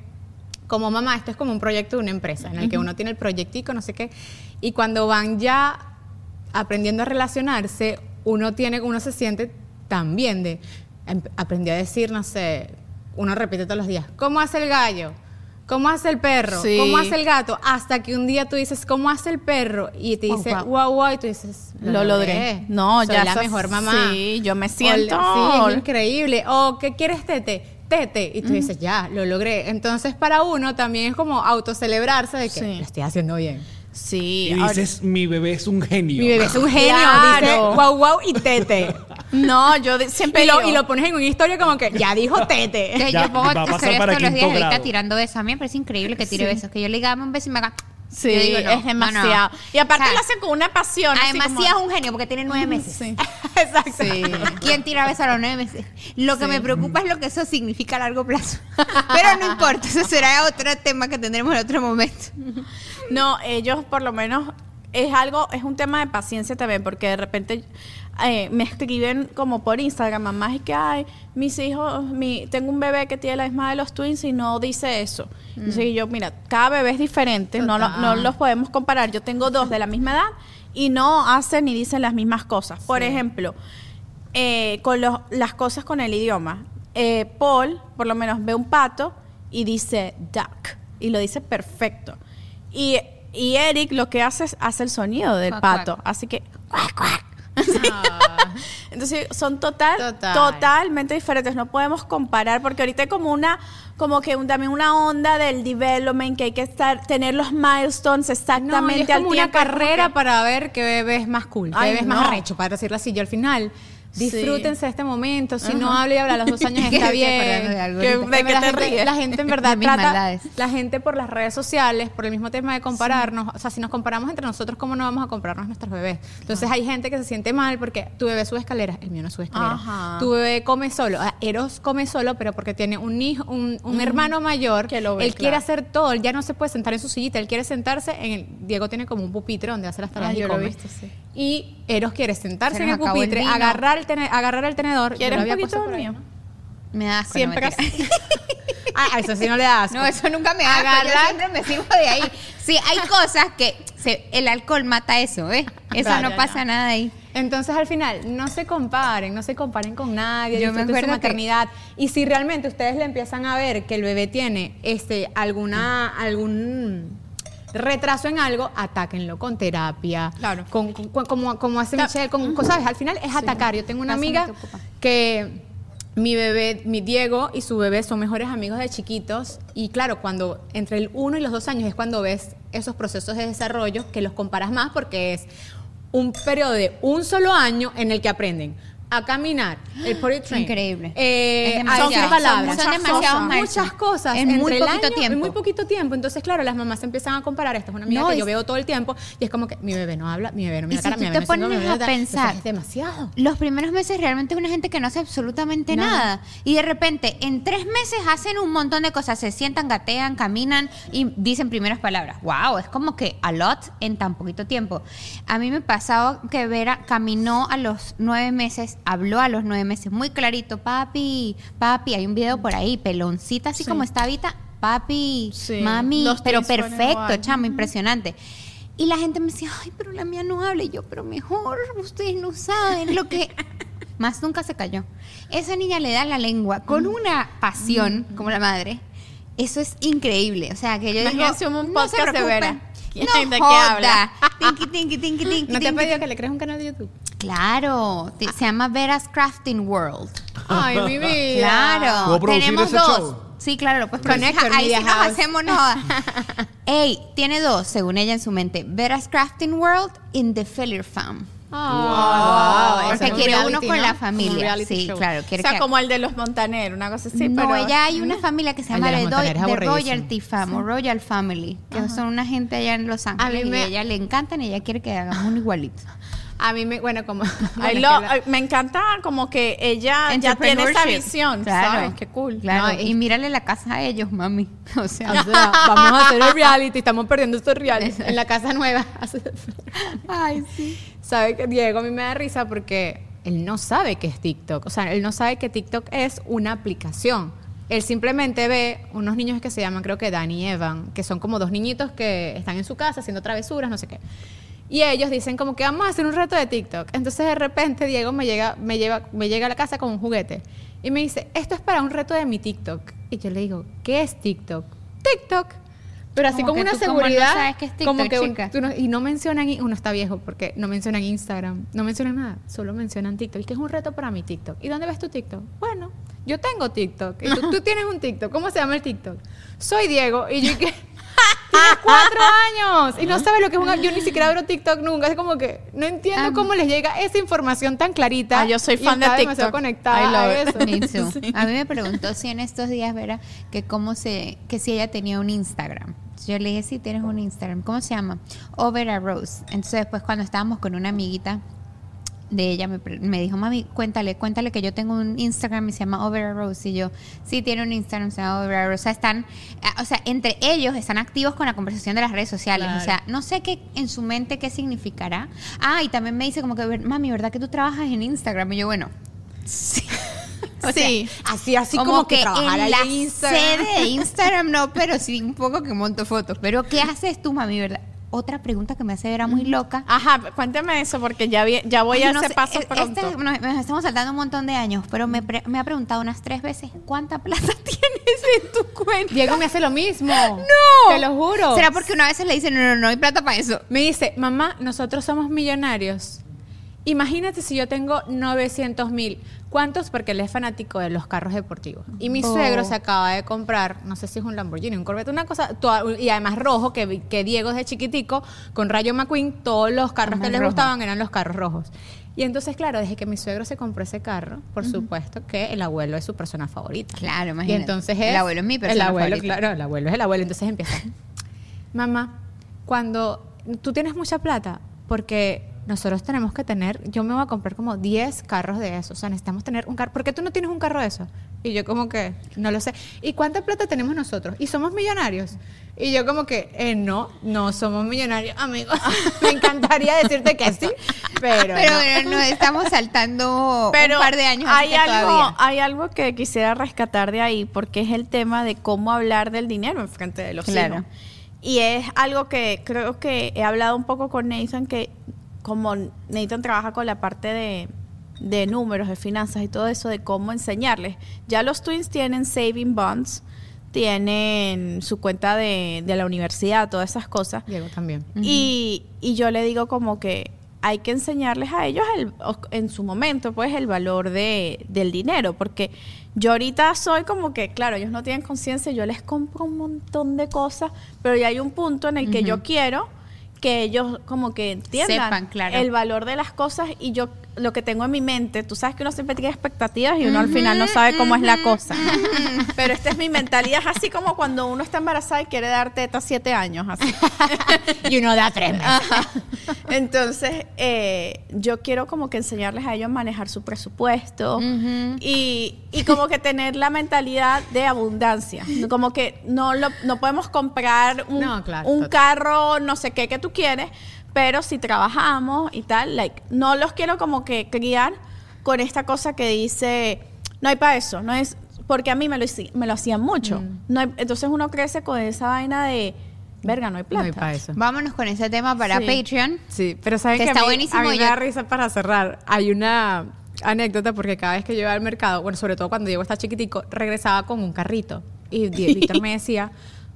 Speaker 2: como mamá, esto es como un proyecto de una empresa, en el que uno tiene el proyectico, no sé qué, y cuando van ya aprendiendo a relacionarse, uno tiene, uno se siente tan bien de, em- aprendí a decir, no sé, uno repite todos los días, ¿cómo hace el gallo? ¿Cómo hace el perro?
Speaker 4: Sí.
Speaker 2: ¿Cómo hace el gato? Hasta que un día tú dices, ¿cómo hace el perro? Y te
Speaker 3: Guau,
Speaker 2: dice,
Speaker 3: guau.
Speaker 2: guau, guau, y tú dices,
Speaker 4: Lo logré. No,
Speaker 2: Soy
Speaker 4: ya
Speaker 2: la
Speaker 4: sos-
Speaker 2: mejor mamá.
Speaker 4: sí, yo me
Speaker 2: O-
Speaker 4: siento-
Speaker 2: sí, es increíble. O, ¿qué quieres, Tete? Tete. Y tú dices, ya, lo logré. Entonces, para uno también es como autocelebrarse de que
Speaker 4: Sí.
Speaker 2: lo estoy haciendo bien.
Speaker 4: Sí.
Speaker 5: Y
Speaker 4: ahora-
Speaker 5: dices, mi bebé es un genio.
Speaker 2: Mi bebé es un genio.
Speaker 4: Claro.
Speaker 2: Dice, guau, guau y Tete.
Speaker 4: No, yo de- siempre
Speaker 2: y, lo,
Speaker 4: digo-
Speaker 2: y lo pones en una historia como que, ya dijo Tete.
Speaker 3: Entonces,
Speaker 5: Ya,
Speaker 3: yo pongo
Speaker 5: va a pasar
Speaker 3: historias
Speaker 5: para
Speaker 3: todos los días
Speaker 5: quinto
Speaker 3: ahorita
Speaker 5: grado.
Speaker 3: tirando besos. A mí me parece increíble que tire besos. Que yo le diga, dame un beso y me haga.
Speaker 4: Sí,
Speaker 3: Yo digo, no, no,
Speaker 4: es
Speaker 3: no.
Speaker 4: demasiado. Y aparte
Speaker 3: O sea,
Speaker 4: lo hacen con una pasión. así
Speaker 3: Además,
Speaker 4: como-
Speaker 3: sí es un genio porque tiene nueve meses.
Speaker 4: Sí.
Speaker 2: Exacto.
Speaker 4: Sí.
Speaker 3: ¿Quién tira besos a los nueve meses? Lo que
Speaker 4: Sí.
Speaker 3: me preocupa es lo que eso significa a largo plazo. Pero no importa, eso será otro tema que tendremos en otro momento.
Speaker 4: No, ellos por lo menos es algo, es un tema de paciencia también, porque de repente eh, me escriben como por Instagram, mamás y que ay, mis hijos, mi, tengo un bebé que tiene la misma de los twins y no dice eso. Entonces yo, mira, cada bebé es diferente, no, lo- no los podemos comparar. Yo tengo dos de la misma edad y no hacen ni dicen las mismas cosas. Por ejemplo, eh, con los- las cosas con el idioma. Eh, Paul, por lo menos, ve un pato y dice duck. Y lo dice perfecto. Y, y Eric lo que hace es hace el sonido del
Speaker 3: Cuac,
Speaker 4: pato.
Speaker 3: cuac.
Speaker 4: Así que. cuac, cuac. Entonces son total,
Speaker 2: Total.
Speaker 4: totalmente diferentes. No podemos comparar porque ahorita hay como una, como que un- también una onda del development que hay que estar, tener los milestones
Speaker 2: No, y
Speaker 4: exactamente
Speaker 2: es
Speaker 4: al
Speaker 2: como una
Speaker 4: tiempo. Es como
Speaker 2: carrera
Speaker 4: que-
Speaker 2: para ver qué bebé es más cool, qué
Speaker 4: Ay,
Speaker 2: bebé es más
Speaker 4: no.
Speaker 2: arrecho, para decirlo así. Yo al final,
Speaker 4: Sí.
Speaker 2: disfrútense de este momento. Si no habla y habla a los dos años,
Speaker 3: Que
Speaker 2: está
Speaker 3: estoy
Speaker 2: bien.
Speaker 3: acordando de algo
Speaker 2: Que-
Speaker 3: ahorita.
Speaker 4: ¿De qué
Speaker 2: la
Speaker 4: te
Speaker 2: gente,
Speaker 4: ríes?
Speaker 2: La gente en verdad
Speaker 3: De mis
Speaker 2: trata,
Speaker 3: maldades.
Speaker 2: la gente por las redes sociales, por el mismo tema de compararnos. O sea, si nos comparamos entre nosotros, ¿cómo no vamos a compararnos nuestros bebés?
Speaker 4: Ah.
Speaker 2: Entonces hay gente que se siente mal porque tu bebé sube escaleras, el mío no sube escaleras.
Speaker 4: Ajá.
Speaker 2: Tu bebé come solo. Ah, Eros come solo, pero porque tiene un hijo, un, un hermano mayor.
Speaker 4: Que lo ve,
Speaker 2: él quiere
Speaker 4: claro.
Speaker 2: hacer todo, él ya no se puede sentar en su sillita, él quiere sentarse en el, Diego tiene como un pupitre donde hace las tareas
Speaker 4: Ah,
Speaker 2: y
Speaker 4: yo lo he
Speaker 2: come.
Speaker 4: visto, sí.
Speaker 2: Y Eros quiere sentarse
Speaker 3: Se
Speaker 2: en
Speaker 3: nos
Speaker 2: el
Speaker 3: acabó el
Speaker 2: pupitre,
Speaker 3: vino.
Speaker 2: agarrar el, tene- agarrar el tenedor. Yo
Speaker 4: ¿Quieres
Speaker 2: lo
Speaker 4: un
Speaker 2: había
Speaker 4: poquito
Speaker 2: puesto por
Speaker 4: del
Speaker 2: ahí,
Speaker 4: mío?
Speaker 2: ¿no?
Speaker 3: Me da asco.
Speaker 4: Siempre
Speaker 3: no, mentira.
Speaker 4: así.
Speaker 2: Ah, a eso sí no le das.
Speaker 3: No, eso nunca me da asco, yo
Speaker 2: Agarrar-
Speaker 3: siempre me sirvo de ahí. Sí, hay cosas que se- el alcohol mata eso, ¿eh? Eso
Speaker 4: Claro,
Speaker 3: no pasa
Speaker 4: no.
Speaker 3: nada ahí.
Speaker 2: Entonces al final no se comparen, no se comparen con nadie,
Speaker 3: Yo me
Speaker 2: disfruten su
Speaker 3: acuerdo que-
Speaker 2: maternidad. Y si realmente ustedes le empiezan a ver que el bebé tiene este alguna algún retraso en algo, atáquenlo con terapia,
Speaker 4: Claro.
Speaker 2: con, con- con- como, como hace Michelle, con cosas, ¿sabes? Al final es atacar. Yo tengo una
Speaker 3: Pásame
Speaker 2: amiga
Speaker 3: tu copa.
Speaker 2: que mi bebé, mi Diego y su bebé son mejores amigos de chiquitos y claro, cuando entre el uno y los dos años es cuando ves esos procesos de desarrollo que los comparas más porque es un periodo de un solo año en el que aprenden a caminar, el potty train,
Speaker 3: Increíble.
Speaker 2: eh,
Speaker 3: Es
Speaker 2: a
Speaker 3: demasiado.
Speaker 2: decir
Speaker 4: Son
Speaker 2: palabras,
Speaker 4: muchas cosas.
Speaker 2: muchas cosas
Speaker 3: En muy
Speaker 2: entre el
Speaker 3: poquito
Speaker 2: año-
Speaker 3: tiempo.
Speaker 2: en muy poquito tiempo. Entonces, claro, las mamás se empiezan a comparar. Esta es una amiga
Speaker 3: No,
Speaker 2: que
Speaker 3: y-
Speaker 2: yo veo todo el tiempo y es como que mi bebé no habla, mi bebé no me
Speaker 3: Y
Speaker 2: da
Speaker 3: si
Speaker 2: cara,
Speaker 3: tú
Speaker 2: mi bebé
Speaker 3: te
Speaker 2: me siento, mi
Speaker 3: pones
Speaker 2: bebé
Speaker 3: a
Speaker 2: no da- Entonces,
Speaker 3: pensar-
Speaker 2: es demasiado.
Speaker 3: Los primeros meses realmente es una gente que no hace absolutamente nada. Y de repente, en tres meses hacen un montón de cosas. Se sientan, gatean, caminan y dicen primeras palabras. ¡Wow! Es como que a lot en tan poquito tiempo. A mí me pasado que Vera caminó a los nueve meses, habló a los nueve meses muy clarito. Papi, papi, hay un video por ahí, peloncita, así como está ahorita. Papi,
Speaker 4: Sí.
Speaker 3: mami,
Speaker 4: Los
Speaker 3: pero
Speaker 4: tres fueron
Speaker 3: perfecto,
Speaker 4: igual.
Speaker 3: chamo, impresionante. Y la gente me decía, ay, pero la mía no habla. Y yo, pero mejor, ustedes no saben lo que... Más nunca se cayó. Esa niña le da la lengua
Speaker 4: Mm.
Speaker 3: con una pasión, como la madre. Eso es increíble. O sea, que yo digo,
Speaker 4: Imagínense un
Speaker 3: no se
Speaker 4: podcast de
Speaker 3: preocupen.
Speaker 4: Vera.
Speaker 3: No
Speaker 4: ¿De qué
Speaker 3: joda.
Speaker 4: habla?
Speaker 3: Tinki, tinki, tinki, tinki,
Speaker 2: ¿No te ha
Speaker 3: tinki.
Speaker 2: pedido que le crees un canal de YouTube?
Speaker 3: Claro. te- Se llama Vera's Crafting World.
Speaker 2: Ay, mi vida.
Speaker 3: Claro.
Speaker 5: ¿Puedo producir
Speaker 3: Tenemos
Speaker 5: ese
Speaker 3: dos.
Speaker 5: show?
Speaker 3: Sí, claro, lo puedes
Speaker 2: Con
Speaker 3: producir.
Speaker 2: Héctor
Speaker 3: Ahí
Speaker 2: Media
Speaker 3: sí nos
Speaker 2: House.
Speaker 3: hacemos nada. Ey, tiene dos, según ella en su mente. Vera's Crafting World in the Feller Farm.
Speaker 2: Ah, wow,
Speaker 3: Porque
Speaker 2: eso es un
Speaker 3: quiere
Speaker 2: reality,
Speaker 3: uno con
Speaker 2: ¿no?
Speaker 3: la
Speaker 2: Un
Speaker 3: familia.
Speaker 2: reality
Speaker 3: Sí,
Speaker 2: show.
Speaker 3: claro.
Speaker 4: O
Speaker 3: Quiere
Speaker 4: sea,
Speaker 3: que-
Speaker 4: como el de los Montaner, una cosa así,
Speaker 3: no,
Speaker 4: pero.
Speaker 3: ella hay una familia que se
Speaker 2: El
Speaker 3: llama
Speaker 2: de
Speaker 3: The,
Speaker 2: las Montaneras es
Speaker 3: Do- The
Speaker 2: aburridísimo.
Speaker 3: Royalty Fam o Royal Family, que son una gente allá en Los Ángeles
Speaker 2: mí
Speaker 3: y
Speaker 2: me-
Speaker 3: a ella le encantan y ella quiere que hagamos un igualito.
Speaker 2: A mí me, bueno, como. bueno,
Speaker 4: I
Speaker 2: es que
Speaker 4: love-
Speaker 2: la-
Speaker 4: ay, me encanta como que ella Ah, ya tiene esa
Speaker 3: Entrepreneurship.
Speaker 4: visión,
Speaker 3: Claro.
Speaker 4: ¿sabes? Qué cool.
Speaker 3: Claro,
Speaker 4: No,
Speaker 3: y mírale la casa a ellos, mami. O sea,
Speaker 2: o sea, vamos a hacer el reality, estamos perdiendo estos reality en la casa nueva.
Speaker 3: ay, sí.
Speaker 2: sabe que Diego a mí me da risa porque él no sabe qué es TikTok, o sea, él no sabe que TikTok es una aplicación. Él simplemente ve unos niños que se llaman, creo que Danny y Evan, que son como dos niñitos que están en su casa haciendo travesuras, no sé qué. Y ellos dicen como que vamos a hacer un reto de TikTok. Entonces de repente Diego me llega, me lleva, me llega a la casa con un juguete y me dice, esto es para un reto de mi TikTok. Y yo le digo, ¿qué es TikTok? TikTok. Pero así
Speaker 3: Como
Speaker 2: como, una
Speaker 3: que tú como no
Speaker 2: seguridad.
Speaker 3: sabes qué es TikTok,
Speaker 2: como que un-
Speaker 3: chica.
Speaker 2: tú no- y no mencionan, uno está viejo porque no mencionan Instagram, no mencionan nada, solo mencionan TikTok. Y que es un reto para mi TikTok. ¿Y dónde ves tu TikTok? Bueno, yo tengo TikTok. Y tú, tú tienes un TikTok. ¿Cómo se llama el TikTok? Soy Diego. Y yo y que. Tienes cuatro años
Speaker 3: Ah.
Speaker 2: y no sabes lo que es un. Yo ni siquiera abro TikTok nunca. Es como que no entiendo
Speaker 3: Ah.
Speaker 2: cómo les llega esa información tan clarita.
Speaker 4: Ah, yo soy
Speaker 2: y
Speaker 4: fan de
Speaker 2: está
Speaker 4: TikTok.
Speaker 2: demasiado conectada
Speaker 4: I love
Speaker 2: a
Speaker 4: it.
Speaker 2: eso.
Speaker 3: Me too. A mí me preguntó si en estos días, Vera, que cómo se, que si ella tenía un Instagram. Yo le dije, sí, tienes un Instagram. ¿Cómo se llama? Overa Rose. Entonces después cuando estábamos con una amiguita de ella, me, pre- me dijo, mami, cuéntale, cuéntale que yo tengo un Instagram y se llama Overa Rose. Y yo, sí, tiene un Instagram, se llama Overa Rose. O sea, están, ah, o sea, entre ellos están activos con la conversación de las redes sociales. O sea, no sé qué en su mente qué significará. Ah, y también me dice como que, mami, ¿verdad que tú trabajas en Instagram? Y yo, bueno, o sea,
Speaker 4: sí.
Speaker 1: Así, así
Speaker 3: como, que,
Speaker 1: trabajar
Speaker 3: en
Speaker 1: ahí
Speaker 3: la
Speaker 1: en Instagram.
Speaker 3: sede de Instagram no, pero sí un poco que monto fotos. Pero ¿qué haces tú, mami, verdad? Otra pregunta que me hace ver a muy loca.
Speaker 4: Ajá, cuénteme eso porque ya, vi- ya Ah, voy a
Speaker 3: Ay, no
Speaker 4: ese
Speaker 3: sé,
Speaker 4: paso
Speaker 2: e-,
Speaker 3: es- este-
Speaker 4: pronto.
Speaker 3: nos, nos estamos saltando un montón de años, pero me, pre- me ha preguntado unas tres veces cuánta plata tienes en tu cuenta.
Speaker 2: Diego me hace lo mismo.
Speaker 3: ¡No!
Speaker 2: Te lo juro.
Speaker 3: ¿Será porque una vez le dicen, no, no, no hay plata para eso?
Speaker 2: Me dice, mamá, nosotros somos millonarios. Imagínate si yo tengo 900 mil. ¿Cuántos? Porque él es fanático de los carros deportivos. Y mi
Speaker 3: Oh.
Speaker 2: suegro se acaba de comprar, no sé si es un Lamborghini, un Corvette, una cosa, toda- y además rojo, que, vi- que Diego desde chiquitico, con Rayo McQueen, todos los carros
Speaker 3: Ama
Speaker 2: que
Speaker 3: el
Speaker 2: le
Speaker 3: rojo.
Speaker 2: gustaban eran los carros rojos. Y entonces, claro, desde que mi suegro se compró ese carro, por supuesto que el abuelo es su persona favorita.
Speaker 3: Claro,
Speaker 2: Y
Speaker 3: imagínate.
Speaker 2: entonces
Speaker 3: El
Speaker 2: es-
Speaker 3: abuelo es mi persona
Speaker 2: El abuelo,
Speaker 3: favorita.
Speaker 2: claro, el abuelo es el abuelo. Entonces empieza. Mamá, cuando tú tienes mucha plata, porque nosotros tenemos que tener, yo me voy a comprar como 10 carros de eso. O sea, necesitamos tener un carro. ¿Por qué tú no tienes un carro de eso? Y yo como que, no lo sé. ¿Y cuánta plata tenemos nosotros? ¿Y somos millonarios? Y yo como que, eh, no, no somos millonarios, amigo. me encantaría decirte que sí, pero,
Speaker 3: Pero
Speaker 2: no.
Speaker 3: bueno, nos estamos saltando
Speaker 4: Pero
Speaker 3: un par de años. así
Speaker 4: hay
Speaker 3: que
Speaker 4: algo,
Speaker 3: todavía.
Speaker 4: hay algo que quisiera rescatar de ahí, porque es el tema de cómo hablar del dinero en frente de los
Speaker 3: Claro.
Speaker 4: hijos. Y es algo que creo que he hablado un poco con Nathan, que como Nathan trabaja con la parte de, de números, de finanzas y todo eso, de cómo enseñarles. Ya los twins tienen saving bonds, tienen su cuenta de, de la universidad, todas esas cosas.
Speaker 2: Diego también.
Speaker 4: Y, y yo le digo como que hay que enseñarles a ellos el- o- en su momento, pues, el valor de, del dinero. Porque yo ahorita soy como que, claro, ellos no tienen conciencia, yo les compro un montón de cosas, pero ya hay un punto en el que yo quiero que ellos como que entiendan
Speaker 3: Sepan, claro.
Speaker 4: el valor de las cosas y yo lo que tengo en mi mente. Tú sabes que uno siempre tiene expectativas y uno al final no sabe cómo es la cosa. Pero esta es mi mentalidad, es así como cuando uno está embarazada y quiere dar teta siete años, así.
Speaker 2: Y uno da tres meses.
Speaker 4: Entonces, eh, yo quiero como que enseñarles a ellos a manejar su presupuesto
Speaker 3: Ujú.
Speaker 4: y, y como que tener la mentalidad de abundancia. Como que no, lo, no podemos comprar un,
Speaker 2: No, claro,
Speaker 4: un
Speaker 2: total.
Speaker 4: carro, no sé qué, que tú quieres, pero si trabajamos y tal, like, no los quiero como que criar con esta cosa que dice, no hay para eso, no es... Porque a mí me lo, hici- me lo hacían mucho.
Speaker 2: Mm.
Speaker 4: No hay- entonces uno crece con esa vaina de, verga, no hay plata.
Speaker 2: No hay pa' eso.
Speaker 3: Vámonos con ese tema para
Speaker 4: Sí.
Speaker 3: Patreon.
Speaker 2: Sí, pero saben
Speaker 3: Que
Speaker 2: que,
Speaker 3: está
Speaker 2: a mí,
Speaker 3: buenísimo
Speaker 2: a mí
Speaker 3: y
Speaker 2: me da
Speaker 3: yo-
Speaker 2: risa para cerrar. Hay una anécdota porque cada vez que yo iba al mercado, bueno, sobre todo cuando Diego estaba chiquitico, regresaba con un carrito y Di- Víctor me decía,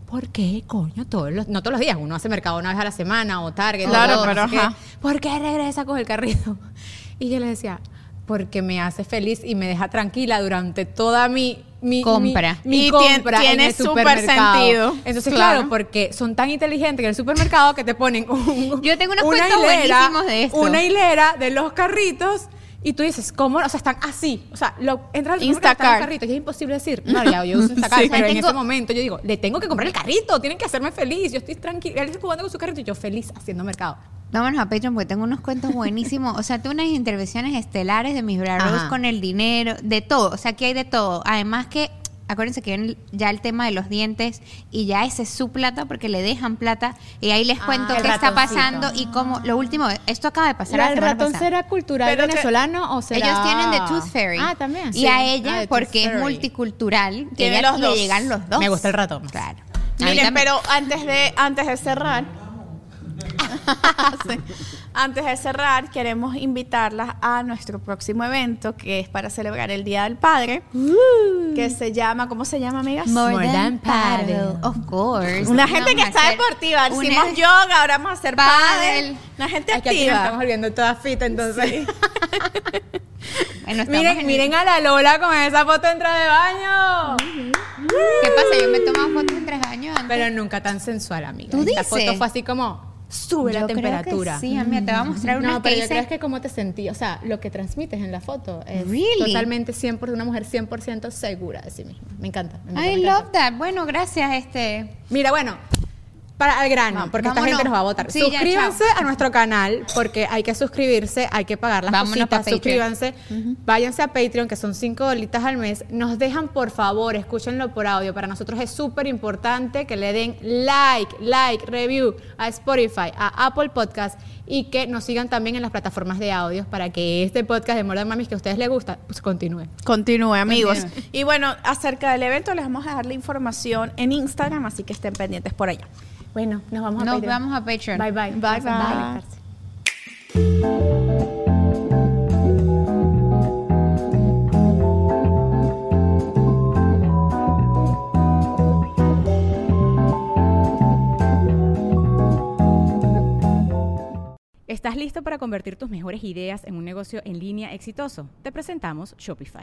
Speaker 2: ¿por qué coño todos los no todos los días, uno hace mercado una vez a la semana o Target, o
Speaker 4: Claro,
Speaker 2: dos,
Speaker 4: pero
Speaker 2: no sé qué.
Speaker 4: ajá.
Speaker 2: ¿por qué regresa con el carrito? Y yo le decía, porque me hace feliz y me deja tranquila durante toda mi mi-
Speaker 3: Compra.
Speaker 2: mi, mi
Speaker 4: Y tien-
Speaker 2: compra en
Speaker 4: tiene
Speaker 2: el
Speaker 4: súper
Speaker 2: supermercado.
Speaker 4: sentido.
Speaker 2: Entonces,
Speaker 4: Claro.
Speaker 2: claro, porque son tan inteligentes que en el supermercado que te ponen un,
Speaker 3: Yo tengo unos cuentos buenísimos de esto.
Speaker 2: Una hilera de los carritos y tú dices, ¿cómo? O sea, están así. O sea, lo, entras al
Speaker 4: Instacart.
Speaker 2: supermercado, están los carritos y es imposible decir, no, ya, yo uso Instacart,
Speaker 3: Sí.
Speaker 2: pero en
Speaker 3: Tengo-
Speaker 2: ese momento yo digo, le tengo que comprar el carrito, tienen que hacerme feliz, yo estoy tranquila, él está jugando con su carrito y yo feliz haciendo mercado.
Speaker 3: Vámonos a Patreon porque tengo unos cuentos buenísimos. O sea, tengo unas intervenciones estelares de mis bravos
Speaker 2: Ajá.
Speaker 3: con el dinero, de todo. O sea, aquí hay de todo. Además que acuérdense que viene ya el tema de los dientes y ya ese es su plata porque le dejan plata y ahí les cuento
Speaker 6: el
Speaker 3: qué está
Speaker 6: ratoncito.
Speaker 3: pasando y cómo lo último esto acaba de pasar la
Speaker 2: ¿El
Speaker 3: semana
Speaker 2: ratón
Speaker 3: pasada.
Speaker 2: será cultural
Speaker 4: Pero que-
Speaker 2: venezolano o será...?
Speaker 3: Ellos tienen The Tooth Fairy.
Speaker 2: Ah, también.
Speaker 3: Y
Speaker 2: sí.
Speaker 3: a
Speaker 2: Ah,
Speaker 3: ella,
Speaker 2: The Tooth
Speaker 3: porque es
Speaker 2: Fairy.
Speaker 3: multicultural,
Speaker 4: Tiene
Speaker 3: ella
Speaker 4: los
Speaker 3: le
Speaker 4: dos.
Speaker 3: llegan los dos.
Speaker 6: Me gusta el ratón.
Speaker 3: Claro. A mí
Speaker 4: Miren,
Speaker 3: también.
Speaker 4: pero antes de, antes de cerrar, Sí. antes de cerrar, queremos invitarlas a nuestro próximo evento que es para celebrar el Día del Padre,
Speaker 3: Uh.
Speaker 4: que se llama, ¿cómo se llama, amigas?
Speaker 3: More,
Speaker 2: More than
Speaker 3: than paddle,
Speaker 2: paddle.
Speaker 3: of course.
Speaker 4: Una gente que
Speaker 3: Vamos a
Speaker 4: está
Speaker 3: hacer
Speaker 4: deportiva,
Speaker 3: una-
Speaker 4: hicimos yoga, ahora vamos a hacer
Speaker 3: Pádel.
Speaker 4: pádel, una gente
Speaker 2: Es que aquí nos
Speaker 4: activa.
Speaker 2: estamos volviendo toda fita, entonces...
Speaker 3: Bueno, estamos
Speaker 2: miren,
Speaker 3: en-
Speaker 2: miren a la Lola con esa foto dentro de baño.
Speaker 3: ¿Qué pasa? Yo me he tomado fotos en tres años antes.
Speaker 2: Pero nunca tan sensual, amiga.
Speaker 3: ¿Tú
Speaker 2: Esta
Speaker 3: dices?
Speaker 2: foto fue así como... Sube
Speaker 3: Yo
Speaker 2: la
Speaker 3: creo que
Speaker 2: temperatura.
Speaker 3: sí, amiga, te voy a mostrar unas
Speaker 2: No,
Speaker 3: que
Speaker 2: pero yo
Speaker 3: hice-
Speaker 2: creo es que cómo te sentí, o sea, lo que transmites en la foto es
Speaker 3: Really?
Speaker 2: totalmente 100%, una mujer 100% segura de sí misma. Me encanta. me encanta, me
Speaker 3: I
Speaker 2: encanta.
Speaker 3: love that. Bueno, gracias, este.
Speaker 2: Mira, bueno, para el grano,
Speaker 3: Vamos,
Speaker 2: porque esta
Speaker 3: vámonos.
Speaker 2: gente nos va a votar.
Speaker 3: Sí, ya,
Speaker 2: suscríbanse a nuestro canal, porque hay que suscribirse, hay que pagar las
Speaker 3: Vámonos pa'
Speaker 2: cositas,
Speaker 3: Patreon.
Speaker 2: suscríbanse. Váyanse a Patreon, que son cinco dolitas al mes. Nos dejan, por favor, escúchenlo por audio. Para nosotros es súper importante que le den like, like, review a Spotify, a Apple Podcast y que nos sigan también en las plataformas de audios para que este podcast de Mordan Mamis que a ustedes les gusta, pues continúe.
Speaker 4: Continúe, amigos. Y bueno, acerca del evento les vamos a dejar la información en Instagram, así que estén pendientes por allá.
Speaker 2: Bueno, nos vamos a
Speaker 3: Nos
Speaker 2: Patreon.
Speaker 3: vamos a Patreon.
Speaker 2: Bye, bye.
Speaker 4: Bye, bye.
Speaker 2: bye.
Speaker 7: ¿Estás listo para convertir tus mejores ideas en un negocio en línea exitoso? Te presentamos Shopify.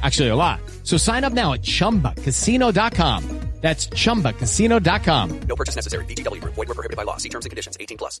Speaker 8: Actually, a lot. So sign up now at chumbacasino.com. That's chumbacasino.com.
Speaker 9: No purchase necessary. VGW Group. Void were prohibited by law. See terms and conditions. 18 plus.